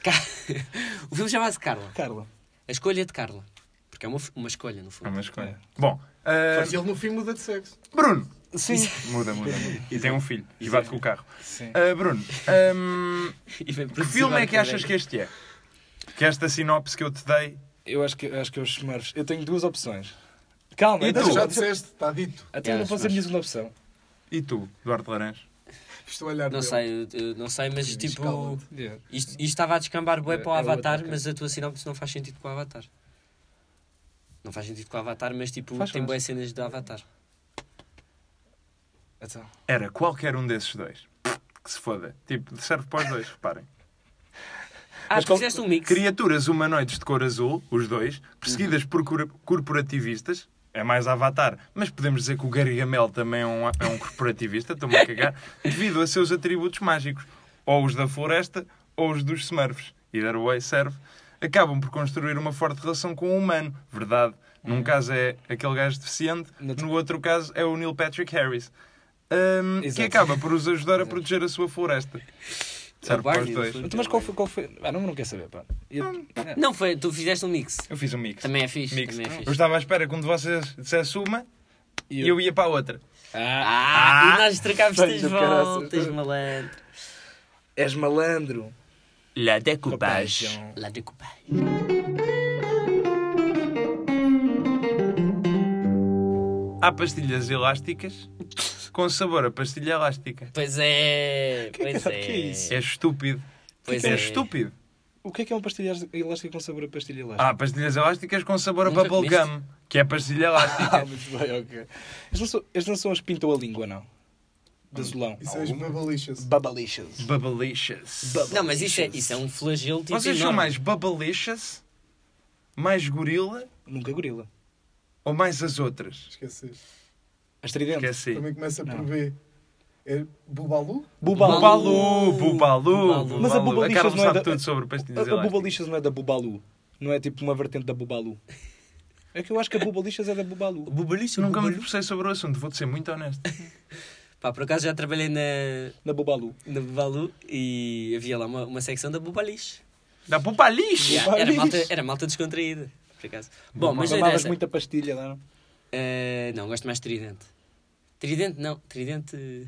C: Ca- [LAUGHS] o filme chamava-se Carla.
E: Carla.
C: A escolha de Carla. Porque é uma, f- uma escolha, no
B: É
C: fundo.
B: uma escolha. Bom, ah,
D: Mas ele no fim muda de sexo.
B: Bruno.
E: Sim.
B: Muda, muda, muda. E [LAUGHS] tem um filho. E bate com o carro.
E: Sim.
B: Ah, Bruno, ahm,
C: E vem
B: que filme é que achas que este é? Que esta sinopse que eu te dei.
E: Eu acho que, acho que eu smurfs. Eu tenho duas opções. Calma,
B: E
E: então
B: tu?
D: Já
E: já disse-
D: disseste, está dito.
E: Até eu não
C: É,
E: posso ser a minha segunda opção.
B: E tu, Eduardo Laranja?
D: Estou a
E: É
D: olhar
C: Não
D: para
C: sei, eu- eu não sei, mas
D: Sim,
C: tipo.
D: escala.
C: Isto, isto estava a descambar bué
E: É-
C: para o
E: é outra,
C: Avatar,
E: ok.
C: mas a tua sinopse não faz sentido com o Avatar. Não faz sentido com o Avatar, mas tipo,
E: Faz,
C: tem
E: faz.
C: boas cenas do Avatar.
E: Então,
B: Era qualquer um desses dois. Que se foda. Tipo, serve para os dois, reparem.
C: Ah,
E: Mas
C: tu
E: qual-
C: fizeste um mix.
B: Criaturas humanoides de cor azul, os dois, perseguidas
E: Uhum.
B: por cor- corporativistas. É mais Avatar, mas podemos dizer que o Gargamel também é um, é um corporativista, estou-me a
E: [LAUGHS]
B: cagar, devido a seus atributos mágicos, ou os da floresta, ou os dos Smurfs. Either way serve. Acabam por construir uma forte relação com o humano, verdade. Num caso é aquele gajo deficiente,
E: Uhum. No outro-
B: no outro caso é o Neil Patrick Harris, hum, que
E: Exato. Tá
B: acaba por os ajudar a
E: [LAUGHS]
B: proteger a sua floresta. Serve para os
C: Barney, no
B: dois.
C: fundo.
E: então, mas qual foi? Qual foi? Ah, não, não quero saber, pá. Eu- é.
C: Não, foi, tu fizeste um mix.
B: Eu fiz um mix.
C: Também é fixe.
B: Mix.
C: Também é
B: Eu
C: fixe.
B: estava à espera que um de vocês dissesse uma
E: E
B: e eu ia para a outra.
E: Ah,
C: Ah,
B: Ah!
C: e nós trocámos as
E: Filho do caraças.
C: voltas, malandro.
E: és malandro.
B: La
E: Paixão.
C: Lá de Copai.
B: Há pastilhas elásticas com sabor a pastilha elástica.
C: Pois é,
E: Que
C: pois
E: que
C: é.
E: é isso?
B: É estúpido.
C: Pois
B: é.
C: é.
B: estúpido.
E: O que é que é uma pastilha elástica com sabor a pastilha elástica?
B: Há pastilhas elásticas com sabor a
C: Nunca
B: bubblegum, que é pastilha
E: [LAUGHS]
B: elástica.
E: muito bem, ok. Eles não são, eles não são as pintam a língua, não? De azulão.
D: Isso é as babalixas.
E: Babalicious.
B: Bubblicious.
C: Não, mas isso é, isso é um flagelo tipo
B: Vocês são
C: enorme.
B: mais bubblicious, mais gorila
E: Nunca gorila.
B: ou mais as outras? é assim.
D: Esqueceste.
E: Astridente.
B: Esqueci.
D: Também começa por
E: Não.
D: B. É Bubalu?
E: Bubalu.
B: Bubalu, Bubalu,
C: Bubalu.
E: Mas
B: Bubalu.
E: a
B: A
E: Bubalicious
B: Carla
E: não é
B: sabe
E: da-
B: tudo sobre pastilhas
E: A, a
B: elásticas.
E: Bubalicious não é da Bubalu. Não é tipo uma vertente da Bubalu. É que eu acho que a Bubalicious é da Bubalu.
B: Eu nunca me debrucei sobre o assunto, vou-te ser muito honesto.
C: Pá, por acaso já trabalhei na,
E: Na Bubalu.
C: na Bubalu e havia lá uma, uma secção da Bubalis.
B: Dá para o lixo!
C: Yeah, era,
E: Bubalis.
C: malta, era malta descontraída, por acaso. Bom, mas não
E: Tomavas
C: interessa.
E: muita pastilha, não? é?
C: Eh, não, gosto mais de tridente. Tridente, não. Tridente...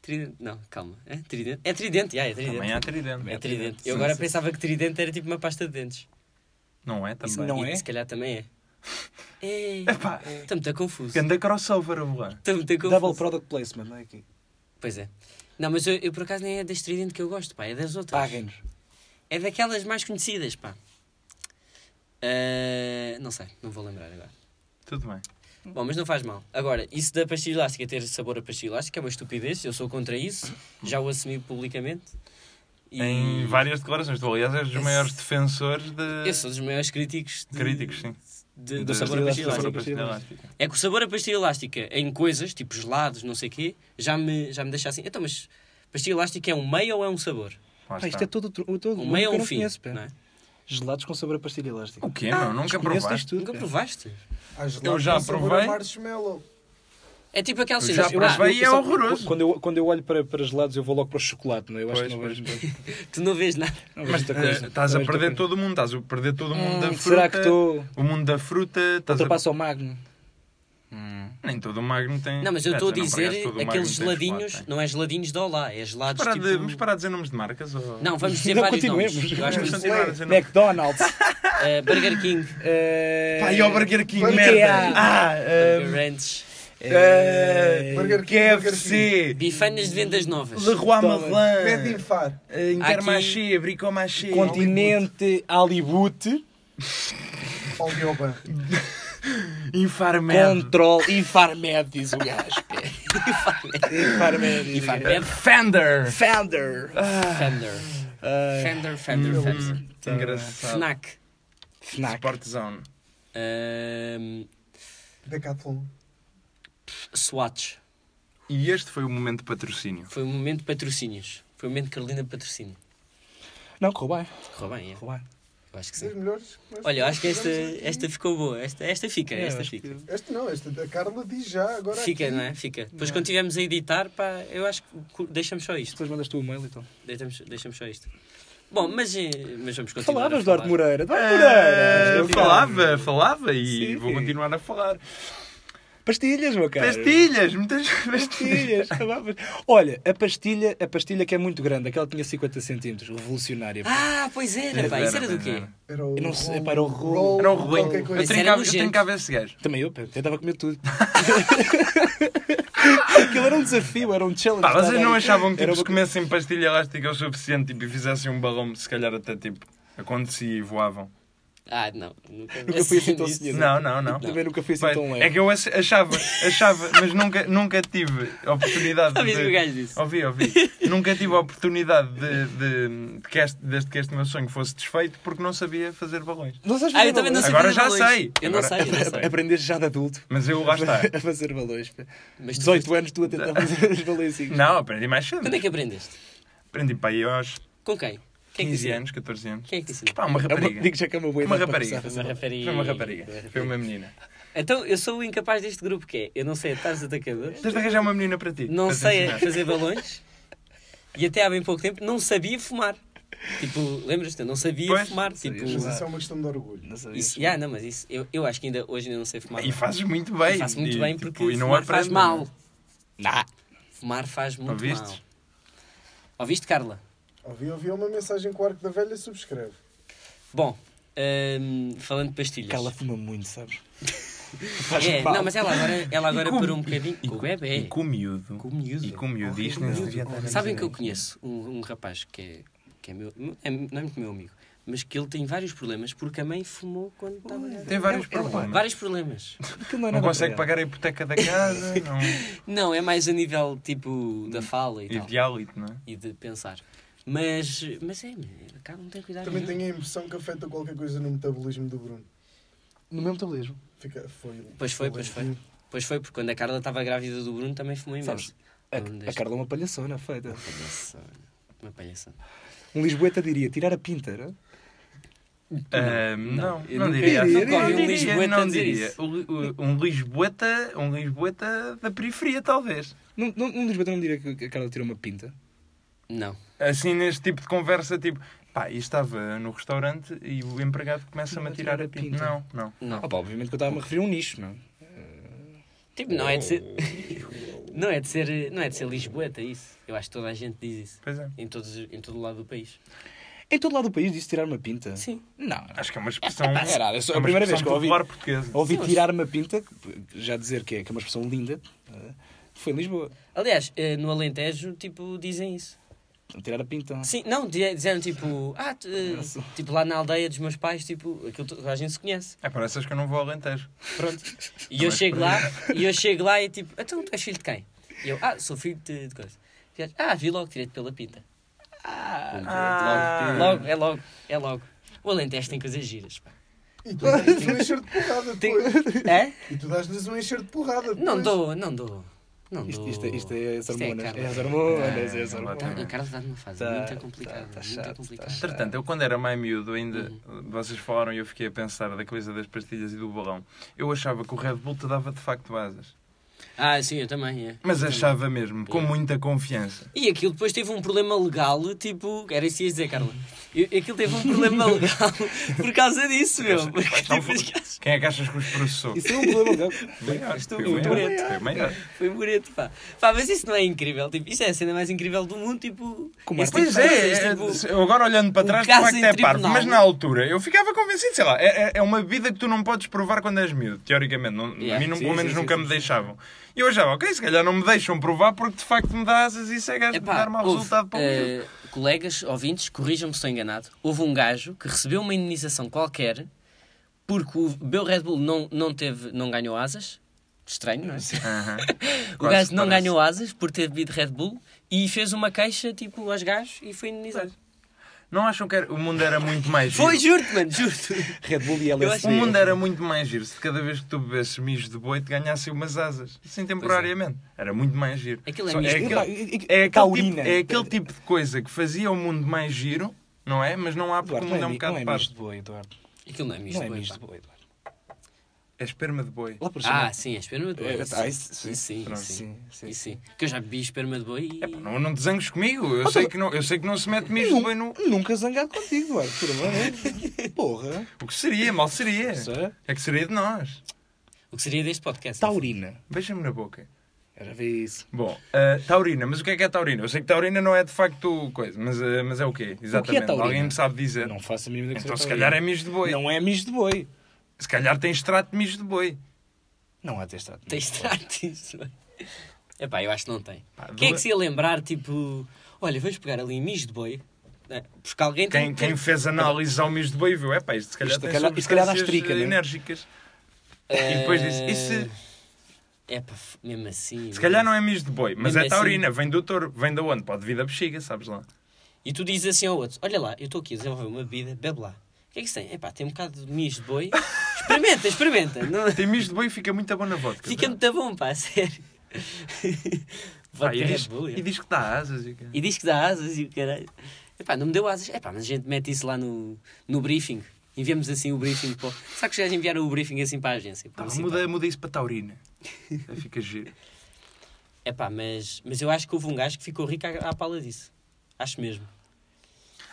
C: Tridente, não, calma. É tridente? É tridente, yeah, é tridente.
B: Amanhã há tridente.
C: É tridente.
E: Sim,
C: Eu agora
E: sim.
C: pensava que tridente era tipo uma pasta de dentes.
B: Não é também.
E: Não
C: E
E: é?
C: Se calhar também é. Ei,
B: Epá,
C: Estou muito confuso.
B: ganda crossover, Abulan.
C: Estou muito confuso.
E: Double product placement, não é aqui?
C: Pois é. Não, mas eu, eu por acaso nem é das tridente que eu gosto, pá. É das outras.
E: Paguem-nos.
C: É daquelas mais conhecidas, pá. Ah, não sei, não vou lembrar agora.
B: Tudo bem.
C: Bom, mas não faz mal. Agora, isso da pastilha elástica ter sabor a pastilha elástica é uma estupidez, eu sou contra isso, já o assumi publicamente. E
B: Em várias declarações, tu aliás és dos maiores defensores de.
C: Eu sou dos maiores críticos de-
B: Críticos, sim.
C: de- do
B: De-
C: sabor a
B: de-
C: pastilha
B: de sabor a
C: elástica.
B: pastilha elástica.
C: É que o sabor a pastilha elástica em coisas, tipo gelados, não sei o quê, já me, já me deixa assim. Então, mas pastilha elástica é um meio ou é um sabor?
B: Lá
E: Pá,
B: está.
E: isto é todo, tru- todo
C: Um meio
E: eu
C: ou um
E: não
C: fim?
E: conheço, pá.
C: não é?
E: Gelados com sabor a pastilha elástica.
B: O quê, meu?
C: Ah,
B: Nunca
E: Conheço
B: provaste?
E: isto tudo.
C: Nunca
E: pá.
C: provaste?
D: Às
B: Eu já provei.
D: marshmallow.
C: É tipo aquela
B: Eu já
C: cena.
B: provei.
C: Ah,
B: Bem, é
E: sabe,
B: horroroso.
E: Quando eu, quando eu olho para, para gelados, eu vou logo para o chocolate, não é? Eu acho
B: Pois,
E: que não
B: pois,
E: vejo,
C: tu não vês nada.
E: não vejo
C: é
E: muita coisa.
B: Eh, Estás
E: Não
B: a
E: vejo
B: perder
E: muita
B: todo o mundo, estás a perder todo o mundo da
E: coisa.
C: Hum,
B: fruta.
E: Será que estou.
B: O mundo da fruta. estás a-
E: Ultrapassa
B: [LAUGHS]
E: o Magno?
B: Nem todo o magno tem.
C: Não, mas eu
B: Quer
C: estou a
B: não, por acaso,
C: dizer
B: todo o magno
C: aqueles
B: tem chocolate,
C: geladinhos,
B: um tem.
C: não é geladinhos de Olá, é gelados
B: Parar
C: tipo...
B: de- Vamos parar de dizer nomes de marcas? Ou...
C: Não, vamos dizer
E: Não,
C: vários
E: continuemos.
C: nomes. Eu acho
B: [LAUGHS]
C: que é
B: Vamos
C: vamos-
B: continuar a dizer nomes. [LAUGHS]
E: McDonald's.
C: eh, Burger King,
E: eh,
B: Pá, e ao Burger King,
E: Burger
B: merda!
E: King.
B: Ah,
C: Burger
B: ehm,
C: Ranch,
E: eh,
B: eh,
D: Burger King,
B: KFC,
C: bifanas de vendas novas.
B: Leroy
E: Dollar.
D: É
B: Merlin,
D: Medinfar.
B: eh, Intermarché, Bricomarché,
E: Continente Hollywood.
D: Aldeoban.
B: Infarmed,
E: Control e Farmed, diz o gajo. pá.
C: [LAUGHS]
E: Infarmed. diz o gajo.
C: Fender,
B: Fender.
E: Fender.
C: Ah. Fender,
E: Eh,
B: É.
C: Fender, Fender, Fender.
B: Hum, Engraçado.
C: Fnac,
E: Fnac.
B: Sport Zone.
C: Ahm,
D: Decathlon.
C: Swatch.
B: E este foi o momento de patrocínio.
C: Foi um momento de patrocínios. Foi um momento de Carolina de patrocínio.
E: Não, correu bem.
C: Correu bem, é?
E: Correu bem.
C: Eu acho que
D: Seis
C: sim.
D: melhores. mas-
C: Olha, eu acho que esta,
D: Tivemos aqui-
C: esta ficou boa. Esta, esta fica,
E: É,
C: esta
E: acho
C: fica.
E: que-
D: Este não, este da Carla diz já agora.
C: Fica,
D: aqui.
C: não é? Fica. Depois quando estivermos a editar, pá, eu acho que cu- deixamos só isto.
E: Depois mandas tu o e-mail então. e tal.
C: Deixamos, deixamos só isto. Bom, mas, eh, mas vamos continuar. a
E: Falavas do
C: falar.
E: Arte Moreira. Do Arte
B: Eh,
E: Moreira.
B: falava, falava e
E: Sim.
B: vou continuar a falar.
E: Pastilhas, meu caro.
B: Pastilhas, muitas [LAUGHS] pastilhas.
E: Pastilhas, falavas. Olha, a pastilha, a pastilha que é muito grande, aquela que tinha 50 centímetros, revolucionária. pá.
C: Ah, pois era, pá. Isso era do quê?
D: Era o
E: Eu não sei,
D: Roll-
E: pá, era o Roll-
D: Roll-
B: Era o Rolinho.
D: qualquer coisa. assim.
B: Eu
C: Mas era
B: trincava, eu
C: nojento.
B: trincava esse gajo.
E: Também eu, pá, eu tentava comer tudo. [LAUGHS] Aquilo era um desafio, era um challenge.
B: Pá, vocês
E: Estava
B: não
E: aí.
B: achavam que
E: Era
B: tipo, se
E: uma-
B: comessem pastilha elástica o suficiente tipo, e fizessem um balão, se calhar até tipo acontecia e voavam?
C: Ah, não. Nunca,
E: Nunca fui assim
C: [LAUGHS]
E: tão
C: nisso.
E: senhor.
B: Não, não, não.
E: Também nunca fui assim
B: Pois,
E: tão leve.
B: é que eu ach- achava, achava, mas nunca, nunca tive a
C: [LAUGHS]
B: oportunidade
C: Sabes o que o
B: de.
C: gajo disse?
B: Ouvi, ouvi. Nunca tive a oportunidade de, de- de que este, desde que este meu sonho fosse desfeito porque não sabia fazer balões.
E: Não sabes
C: Ah,
E: fazer
C: eu também não
E: balões?
C: sei
B: Agora
C: fazer
B: já
C: balões.
B: sei.
C: Eu não
B: Agora-
C: sei, eu não sei.
E: Aprendeste já de adulto.
B: é. Mas eu lá
E: [LAUGHS]
B: está.
E: a fazer balões. pá.
C: Mas tu
E: 18 anos tu a tentar fazer os balõezinhos.
B: Não, aprendi mais cedo.
C: Quando é que aprendeste?
B: Aprendi para aí aos
C: Com quem? Quem é que te
B: 15
C: ensinou?
B: anos, 14 anos.
C: Quem é que te ensinou?
B: Pá, uma
E: É uma-
B: rapariga.
E: Digo já que é uma boa
B: Uma
E: idade para
B: rapariga.
E: começar a fazer
C: Uma rapariga.
B: Foi uma rapariga. Foi uma menina.
C: Então, eu sou o incapaz deste grupo que é, eu não sei atar os atacadores,
B: Tens de arranjar uma menina para ti.
C: não
B: para te
C: sei
B: ensinar.
C: fazer balões e até há bem pouco tempo não sabia fumar. Tipo, lembras-te? Eu não sabia
B: Pois,
C: fumar.
E: sabias
C: Tipo,
D: Mas isso é uma questão de orgulho.
E: Não sabia.
C: isso, yeah, não, mas isso, eu, eu acho que ainda hoje ainda não sei fumar.
B: E fazes muito bem.
C: E faço muito
B: E,
C: bem
B: tipo,
C: porque fumar faz
B: aprendes,
C: mal.
B: não né?
C: Nah. Fumar faz muito
B: Ouviste?
C: mal. Ouviste, Carla?
D: Ouvi, ouvi uma mensagem com o arco da velha, subscreve.
C: Bom, hum, falando de pastilhas.
E: Cala fuma muito, sabes?
C: É,
E: mal.
C: não, mas ela agora, ela agora
B: E com-
C: parou um bocadinho
B: e
C: com o bebê.
B: E com o miúdo.
C: Com o miúdo.
B: E com o miúdo. Isto nem se devia estar a dizer
C: Sabem que eu
B: isto.
C: conheço um, um rapaz que é, que é meu. é- não é muito meu amigo, mas que ele tem vários problemas porque a mãe fumou quando estava. É um
B: Tem vários problemas.
C: Vários problemas.
E: Aquilo não é
B: Não
E: nada
B: consegue
E: para
B: pagar a hipoteca da
C: [LAUGHS]
B: casa. não...
C: Não, é mais a nível tipo
B: Hum.
C: da fala e,
B: E
C: tal.
B: de hálito, não é?
C: E de pensar. Mas, mas é, cá não tem cuidado.
D: Também
C: nenhum.
D: tenho a impressão que afeta qualquer coisa no metabolismo do Bruno.
E: ele. No meu metabolismo.
D: Fica, foi, um
C: Pois foi, pois foi. Pois foi, porque quando a Carla estava grávida do Bruno também fumou imenso.
E: Sabes, A,
C: Não me
E: a
C: deixa-
E: Carla é uma palhaçona feita.
C: Palhaçada. Uma palhaçada.
E: Um Lisboeta diria tirar a pinta, não?
B: Ahm, não,
C: eu
B: não
C: nunca-
B: diria.
E: nunca ouvi
B: Não
E: um
B: diria,
C: Lisboeta
B: não
C: dizer
B: diria.
C: isso.
B: O li- o- Um Lisboeta, um Lisboeta da periferia, talvez.
E: Não, não, um Lisboeta não diria que a Carla tirou uma pinta.
C: Não.
B: Assim, neste tipo de conversa, tipo, pá, e estava no restaurante e o empregado começa-me a tirar a pinta. Não, não.
C: Não.
E: Ah, pá, obviamente que eu estava-me a referir a um nicho, não é?
C: Tipo, não é de ser. [LAUGHS] não, é de ser não é de ser Lisboeta isso. Eu acho que toda a gente diz isso.
B: Pois é.
C: Em, todos, em todo o lado do país.
E: Em todo lado do país disse tirar uma pinta.
C: Sim.
E: Não,
B: Acho que é uma expressão.
E: Ah, caralho, é só a
B: uma
E: primeira
B: expressão
E: vez que eu ouvi.
B: popular portuguesa.
E: Ouvi
C: Sim, mas-
E: tirar uma pinta, já dizer que é, que é uma expressão linda, eh, foi em Lisboa.
C: Aliás, eh, no Alentejo, tipo, dizem isso.
E: Tirar a pinta.
C: Sim, não, di- disseram tipo. Ah, tu, eh,
E: Nossa.
C: tipo lá na aldeia dos meus pais, tipo, aquilo to- a gente se conhece.
B: É para essas que eu não vou ao Alentejo.
C: Pronto. E eu chego lá, e eu chego lá e tipo, então tu és filho de quem? E eu, ah, sou filho de, de coisa. E eles, Ah, vi logo, tirei-te pela pinta. Ah,
B: Ah.
C: logo, é logo, é logo. O Alentejo tem coisas giras. pá.
D: E
C: [LAUGHS]
D: tu dás-lhes um encher de porrada
C: Tem...
D: depois.
C: É?
D: E tu dás-lhes um encher de porrada depois.
C: Não dou, não dou. Não
E: Isto,
C: dou.
E: isto, é- isto é as
C: Isto
E: hormonas.
C: Carla.
E: É as hormonas, é as
C: Tá,
E: hormonas.
C: a Carla está numa fase
E: Tá,
C: muito
E: tá,
C: complicada.
E: tá
C: muito
E: chato,
C: complicada.
E: tá chato.
B: Entretanto, eu quando era mais miúdo, ainda vocês falaram e eu fiquei a pensar da coisa das pastilhas e do balão. Eu achava que o Red Bull te dava de facto asas.
C: Ah, sim, eu também. É.
B: Mas achava mesmo, com muita confiança.
C: E aquilo depois teve um problema legal, tipo. Era isso que ias dizer, Carla. E- Aquilo teve um problema [LAUGHS] legal por causa disso, meu. Porque
E: um
B: Então,
C: tipo, os gajos-
B: Quem é que achas que os processou?
E: Isso um é um problema. não?
B: Maior,
C: Estou
B: foi o
C: muito
B: maior,
C: preto.
B: foi o maior.
C: foi morete, pá. Pá, mas isso não é incrível. Tipo, isso é a cena mais incrível do mundo, tipo.
E: Como
C: esse
B: Pois
C: tipo de coisas,
B: é, é,
C: tipo,
B: se- eu agora olhando para
C: um
B: trás, de
C: caso
B: facto
C: em
B: é parvo.
C: tribunal.
B: Mas na altura eu ficava convencido, sei lá, é, é- é uma bebida que tu não podes provar quando és miúdo, teoricamente. Não-
C: Yeah.
B: A mim, não,
E: Sim,
B: pelo
E: sim,
B: menos,
E: sim,
B: nunca
E: sim,
B: me
E: sim.
B: deixavam. E eu achava, ok, se calhar não me deixam provar porque de facto me dá asas e isso é gajo de
C: Epá,
B: dar mau
C: houve,
B: resultado para o miúdo.
C: eh, Colegas, ouvintes, corrijam-me se estou enganado. Houve um gajo que recebeu uma indenização qualquer porque o Beu Red Bull não, não, teve, não ganhou asas. Estranho, não é?
B: Aham.
C: [LAUGHS] O
B: Quase
C: gajo não
B: parece.
C: ganhou asas por ter bebido Red Bull e fez uma queixa tipo aos gajos e foi indenizado.
B: Não acham que era- o mundo era muito mais giro?
C: Foi, juro-te, mano, juro-te.
E: Red Bull e
C: acho-
E: LSD.
B: O mundo é era muito mais giro se de cada vez que tu bebesses mijo de boi te ganhasse umas asas. Assim, temporariamente. Era muito mais giro.
C: Aquilo é
B: Só-
C: mijo de
B: aquele-
E: boi. é. E- e-
B: é
E: e-
B: aquele
E: taurina.
B: tipo- é aquele tipo de coisa que fazia o mundo mais giro, não é? Mas não há porque
E: Eduardo,
B: o
E: não
B: mundo
E: é,
B: é um bocado
E: mi- não é
B: parvo.
E: misto de boi, Eduardo.
C: Aquilo não é misto,
E: Não é
C: boi,
E: misto
C: pá.
E: de boi, Eduardo.
B: É esperma de boi.
E: Lá por cima.
C: Ah, sim, é esperma de boi.
E: É, tá, isso-
C: sim, sim,
E: pronto,
C: sim,
E: sim, sim.
C: E sim. Que eu já bebi esperma de boi e.
B: É, pá, não, não desangues comigo. Eu sei, que não, eu sei que não se mete mijo de boi no...
E: Nunca zangado contigo, Eduardo. Por amor de Deus. [LAUGHS] Porra.
B: O que seria? Mal seria.
E: Sério?
B: É que seria de nós.
C: O que seria deste podcast?
B: Tá um
E: Taurina.
B: Beija-me na boca.
E: Era ver isso.
B: Bom, ah, taurina. Mas o que é que é taurina? Eu sei que taurina não é de facto coisa, mas, ah, mas é o quê? Exatamente.
E: taurina?
B: Alguém me sabe dizer.
E: Não faço a mínima ideia que
B: Então
E: seja
B: se
E: taurina.
B: calhar é mijo de boi.
E: Não é misto de boi.
B: Se calhar tem extrato de mijo de boi.
E: Não há testado. misto
C: Tens
E: de boi.
C: trato isso. É pá, eu acho que não tem.
B: Pá,
C: Quem é
B: do-
C: que se ia lembrar, tipo, olha, vamos pegar ali mijo de boi? né? Porque alguém tem-
B: Quem, quem fez análise ao mijo de boi viu, é pá, isto se calhar
E: Isto
B: tem
E: calhar- isto se calhar dá
B: substâncias,
E: estrica,
B: eh,
E: né? Eh,
B: enérgicas.
C: Eh,
B: E depois disse, e se,
C: É pá, f- mesmo assim.
B: se calhar não é mijo de boi, mas
C: Mesmo
B: é taurina,
E: assim.
B: vem do touro, vem da onde? Pode vir da bexiga, sabes lá.
C: E tu dizes assim ao outro: Olha lá, eu estou aqui a desenvolver uma bebida, bebe lá. O que é que isso tem? É pá, tem um bocado de mijo de
B: [LAUGHS]
C: boi. Experimenta, experimenta. Não...
B: Tem mijo de boi e fica muito bom na vodka. tá?
C: Fica muito bom, pá, a sério.
B: Pá,
C: Vodka
B: e,
C: Red
B: diz,
C: Bull,
B: e
C: é.
B: diz que dá asas. E... que-
C: E diz que dá asas e o caralho. Epá, não me deu asas. Epá, mas a gente mete isso lá no, no briefing. Enviamos assim o briefing para. o- Será que já enviaram o briefing assim para a agência?
B: Pá,
C: Assim,
B: muda,
C: pá.
B: muda isso para
E: [LAUGHS]
B: taurina. Aí fica giro.
C: Epá, mas, mas eu acho que houve um gajo que ficou rico à, à pala disso. Acho mesmo.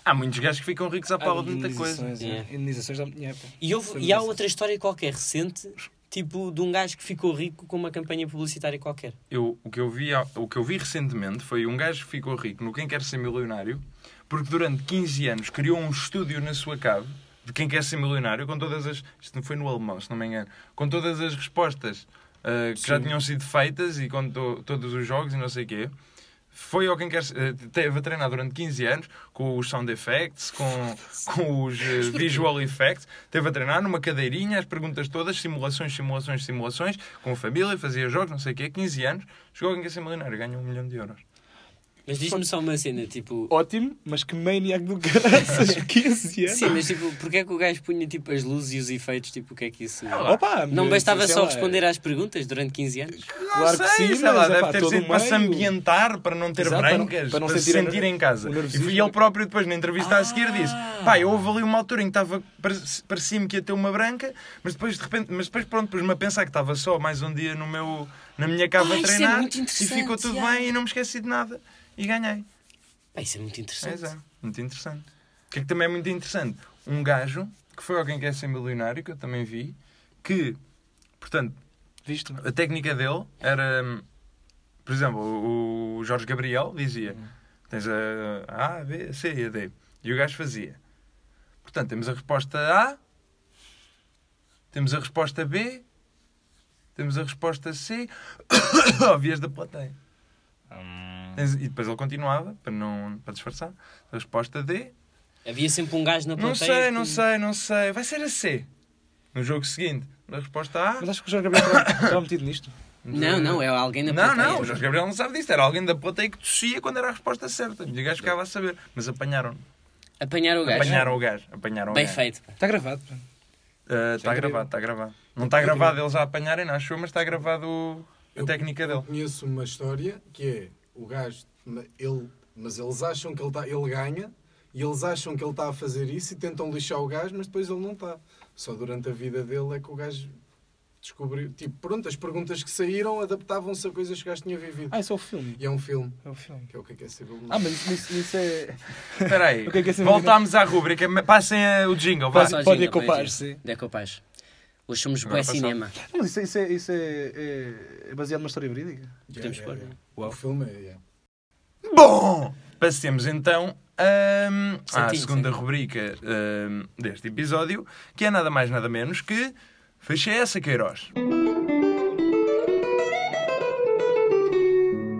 B: Há muitos gajos que ficam ricos à pala de muita coisa.
E: Indenizações, é.
C: Yeah.
E: Indenizações dá muito dinheiro. pá.
C: E, houve, e há outra história qualquer recente, tipo de um gajo que ficou rico com uma campanha publicitária qualquer.
B: Eu, o, que eu vi, há- o que eu vi recentemente foi um gajo que ficou rico no Quem Quer Ser Milionário porque durante 15 anos criou um estúdio na sua cave de Quem Quer Ser Milionário com todas as... Isto não foi no alemão, se não me engano. Com todas as respostas ah, que já tinham sido feitas e com to- todos os jogos e não sei o quê. Foi ao Quem Quer... Ser- eh, teve a treinar durante 15 anos com os sound effects, com, com os eh, visual effects. Teve a treinar numa cadeirinha, as perguntas todas, simulações, simulações, simulações, com a família, fazia jogos, não sei o quê. 15 anos, chegou ao Quem Quer Ser Milionário, ganhou um milhão de euros.
C: Mas diz-me só uma cena, tipo.
E: Ótimo, mas que maniac
B: [LAUGHS]
E: do caraças. 15 anos.
C: Sim, mas tipo, porque é que o gajo punha tipo as luzes e os efeitos? Tipo, o que é que isso.
E: Opa,
C: Não
E: mas,
C: bastava
E: sei
C: só
E: lá,
C: responder às perguntas durante 15 anos?
E: Claro que sim,
B: Ah, sei lá,
E: mas,
B: deve
E: epá,
B: ter
E: todo
B: sido
E: o
B: para se
E: meio-
B: ambientar, para não ter
E: Exato, para não-
B: brancas, para,
E: para não
B: se
E: sentir a
B: sentir
E: ner-
B: em casa.
E: o
B: E
E: nervosismo. Ah.
B: foi ele próprio depois na entrevista a seguir disse: pá, eu houve ali uma altura em que estava, parece- parecia-me que ia ter uma branca, mas depois de repente, mas depois pronto, pus-me a pensar que estava só mais um dia no meu, na minha cava a
C: Ah, isso é
B: treinar
C: muito
B: e
C: interessante,
B: ficou tudo
C: yeah.
B: bem e não me esqueci de nada. E ganhei.
C: Pá, isso é muito interessante.
B: Pois é, muito interessante. O que é que também é muito interessante? Um gajo, que foi alguém que é ser milionário, que eu também vi, que, portanto,
E: Visto?
B: a técnica dele era, hum, por exemplo, o o Jorge Gabriel dizia:
C: Hum.
B: tens a A, B, C e a D. E o gajo fazia. Portanto, temos a resposta A, temos a resposta B, temos a resposta C, [COUGHS] óbvias da plateia.
C: Hum.
B: Tens- E depois ele continuava, para, não, para disfarçar. A resposta D,
C: Havia sempre um gajo na plateia.
B: não sei, não
C: que-
B: sei, não sei, vai ser a C. No jogo seguinte, a resposta A.
E: Mas acho que o Jorge Gabriel estava- estava metido nisto.
C: Não, não, é alguém na
B: Não,
C: plateia.
B: não, o Jorge Gabriel não sabe disto. Era alguém da plateia que tossia quando era a resposta certa. E o gajo ficava a saber. Mas apanharam.
C: Apanhar o gajo.
B: Apanharam o gajo. Apanharam
C: Bem
B: o gajo. Eh,
C: feito. pá.
E: Está Tá gravado. pá.
B: Está gravado, está gravado. Não está gravado eles a apanharem, não achou, mas está gravado o- a técnica dele.
D: Conheço uma história que é o gajo, ma- ele, mas eles acham que ele, tá, ele ganha e eles acham que ele está a fazer isso e tentam lixar o gajo, mas depois ele não está. Só durante a vida dele é que o gajo descobriu. Tipo, pronto, as perguntas que saíram adaptavam-se a coisas que o gajo tinha vivido.
E: Ah, isso é o filme.
D: E é um filme,
E: É o filme.
D: que é o que é que é ser
E: Ah, mas isso, isso- isso é.
B: Espera aí.
E: [LAUGHS] O que é que é esse
B: Voltámos à rúbrica. Me- Passem eh, o jingle. vá.
E: Passa-
C: Só
E: pode
C: gira,
E: decopar,
C: pode gira.
E: sim.
C: Decopage. Hoje somos
B: Agora
C: bué
B: passamos.
C: cinema.
E: Ah, Mas isso, isso é, isso é- é- é baseado numa história verídica.
C: Podemos pôr, né?
D: O filme é. yeah.
B: Bom! Passemos então ahm, à
C: Santinho,
B: segunda
C: sim.
B: rubrica ahm, deste episódio, que é nada mais nada menos que. Fechei essa, Queiroz.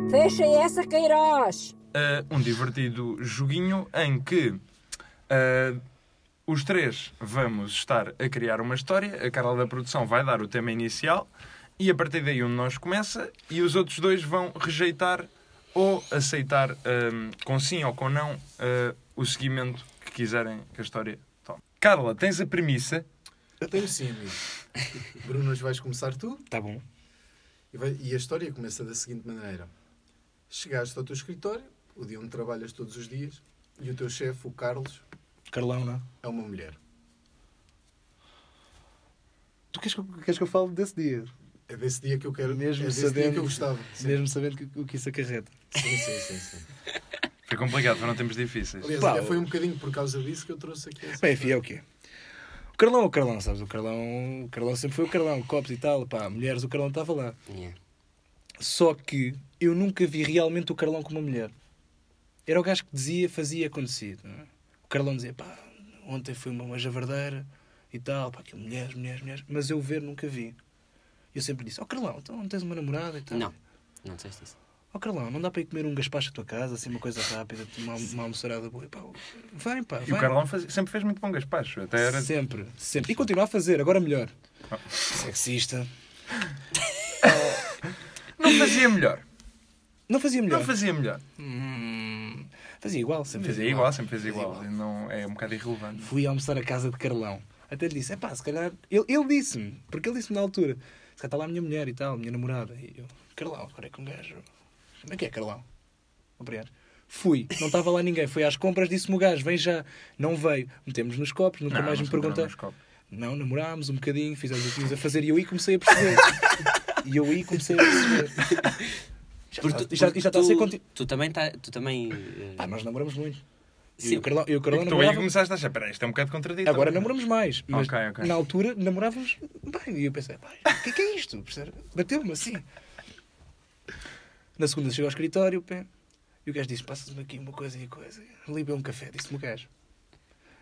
A: Fecha essa, Queiroz.
B: uh, um divertido joguinho em que uh, os três vamos estar a criar uma história, a Carla da produção vai dar o tema inicial e a partir daí um de nós começa e os outros dois vão eh, rejeitar ou aceitar um, com sim ou com não uh, eh, o seguimento que quiserem que a história tome. Carla, tens a premissa.
D: Eu tenho sim, amigo. Bruno, hoje vais começar tu
E: Tá bom.
D: e, vai- e a história começa da seguinte maneira. Chegaste ao teu escritório, o dia onde trabalhas todos os dias, e o teu chefe, o Carlos,
E: Carlão, não?
D: é uma mulher.
E: Tu queres que, eu- queres que eu fale desse dia?
D: É desse dia que eu quero,
E: Mesmo
D: é desse dia
E: sabendo-
D: que eu gostava. Sim,
E: Mesmo sabendo que- o que isso acarreta.
D: sim, sim. sim, sim.
B: Foi É complicado, foram tempos difíceis.
D: Aliás,
E: Pá,
D: até foi um bocadinho por causa disso que eu trouxe aqui. essa
E: Bem, enfim, é o quê? O Carlão é o Carlão, sabes? O Carlão, o Carlão sempre foi o Carlão, copos e tal, pá, mulheres, o Carlão estava lá.
C: Yeah.
E: Só que eu nunca vi realmente o Carlão como uma mulher. Era o gajo que dizia, fazia, acontecia. não é? O Carlão dizia, pá, ontem foi uma, uma javardeira e tal, pá, aquilo, mulheres, mulheres, mulheres. Mas eu ver nunca vi. Eu sempre disse, ó Carlão, então não tens uma namorada e tal?
C: Não, não disseste isso.
E: Ó Carlão, não dá para ir comer um gaspacho à tua casa, assim, uma coisa rápida, uma, uma almoçarada boa. E pá, vem, pá,
B: E o
E: vem.
B: Carlão faz- sempre fez muito bom gaspacho. Até era...
E: Sempre, sempre. E continua a fazer, agora melhor. Sexista.
B: Não fazia melhor.
E: Não fazia melhor.
B: Não fazia melhor.
E: Hum, fazia igual, sempre
B: Fazia
E: fazia
B: igual, sempre fez
E: Fazia
B: igual. Não, é um bocado irrelevante.
E: Fui almoçar à casa de Carlão. Até lhe disse, é pá, se calhar... Ele, ele disse-me, porque ele disse-me na altura. Se calhar está lá a minha mulher e tal, a minha namorada. E eu, Carlão, agora é que um gajo... Como é que é, Carlão? Obrigado. Fui, não estava lá ninguém. Fui às compras, disse-me o gajo, vem já. Não veio. Metemos nos copos, nunca
B: Não,
E: mais
B: não
E: me
B: se meteram
E: pergunta.
B: nos copos.
E: Não, namorámos um bocadinho, fizemos o que tínhamos a fazer e eu aí comecei a perceber. e eu aí comecei a perceber. Já
C: Porque
E: está-
C: tu-
E: já-
C: porque
E: já está a ser
C: tu-
E: conti-
C: Tu também... tá- Tu também eh,
E: Pá, nós namoramos muito.
C: Sim.
E: Sim. Eu e o Carlão, eu e o
B: E É que
E: Carlão
B: tu aí
E: namorávamos.
B: começaste a achar, peraí, isto é um bocado contraditório.
E: Agora namoramos mais, mas
B: Ok, ok.
E: na altura namorávamos bem. E eu pensei, pá, o que é que é isto? Percebe? Bateu-me assim. Na segunda chegou ao escritório pá, e o gajo disse: Passas-me aqui uma coisa e coisa. Ali bebeu um café, disse-me o gajo.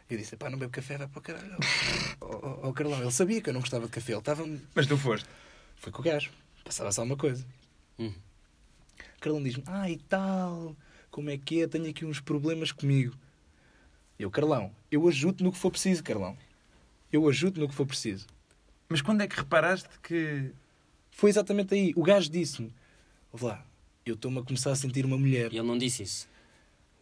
E: E eu disse: pá, não bebo café, vai para o caralho. [LAUGHS] Ó ó, ó, Carlão, ele sabia que eu não gostava de café, ele estava-me
B: Mas tu foste.
E: Foi com o gajo. Passava-se alguma coisa.
C: Hum.
E: Carlão diz-me, ah, e tal, como é que é? Tenho aqui uns problemas comigo. Eu, Carlão, eu ajudo no que for preciso, Carlão. Eu ajudo no que for preciso.
B: Mas quando é que reparaste que.
E: Foi exatamente aí. O gajo disse-me, ouve lá, eu estou-me a começar a sentir uma mulher.
C: Ele não disse isso.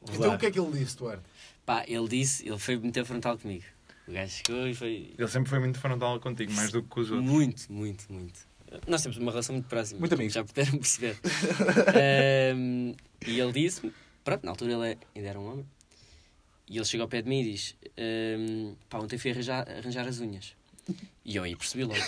E: Ouve
D: Então
E: lá.
D: o que é que ele disse, Duarte?
C: Pá, ele disse... Ele foi muito frontal comigo. O gajo chegou e foi...
B: Ele sempre foi muito frontal contigo, mais do que com os outros.
C: Muito, muito, muito. Nós temos uma relação muito próxima.
E: Muito
C: como
E: amigos.
C: Já puderam perceber. Ahm, e ele disse-me, pronto, na altura ele é- ainda era um homem, e ele chega ao pé de mim e diz: ahm, pá, ontem fui arranjar, arranjar as unhas. E eu aí percebi logo. é?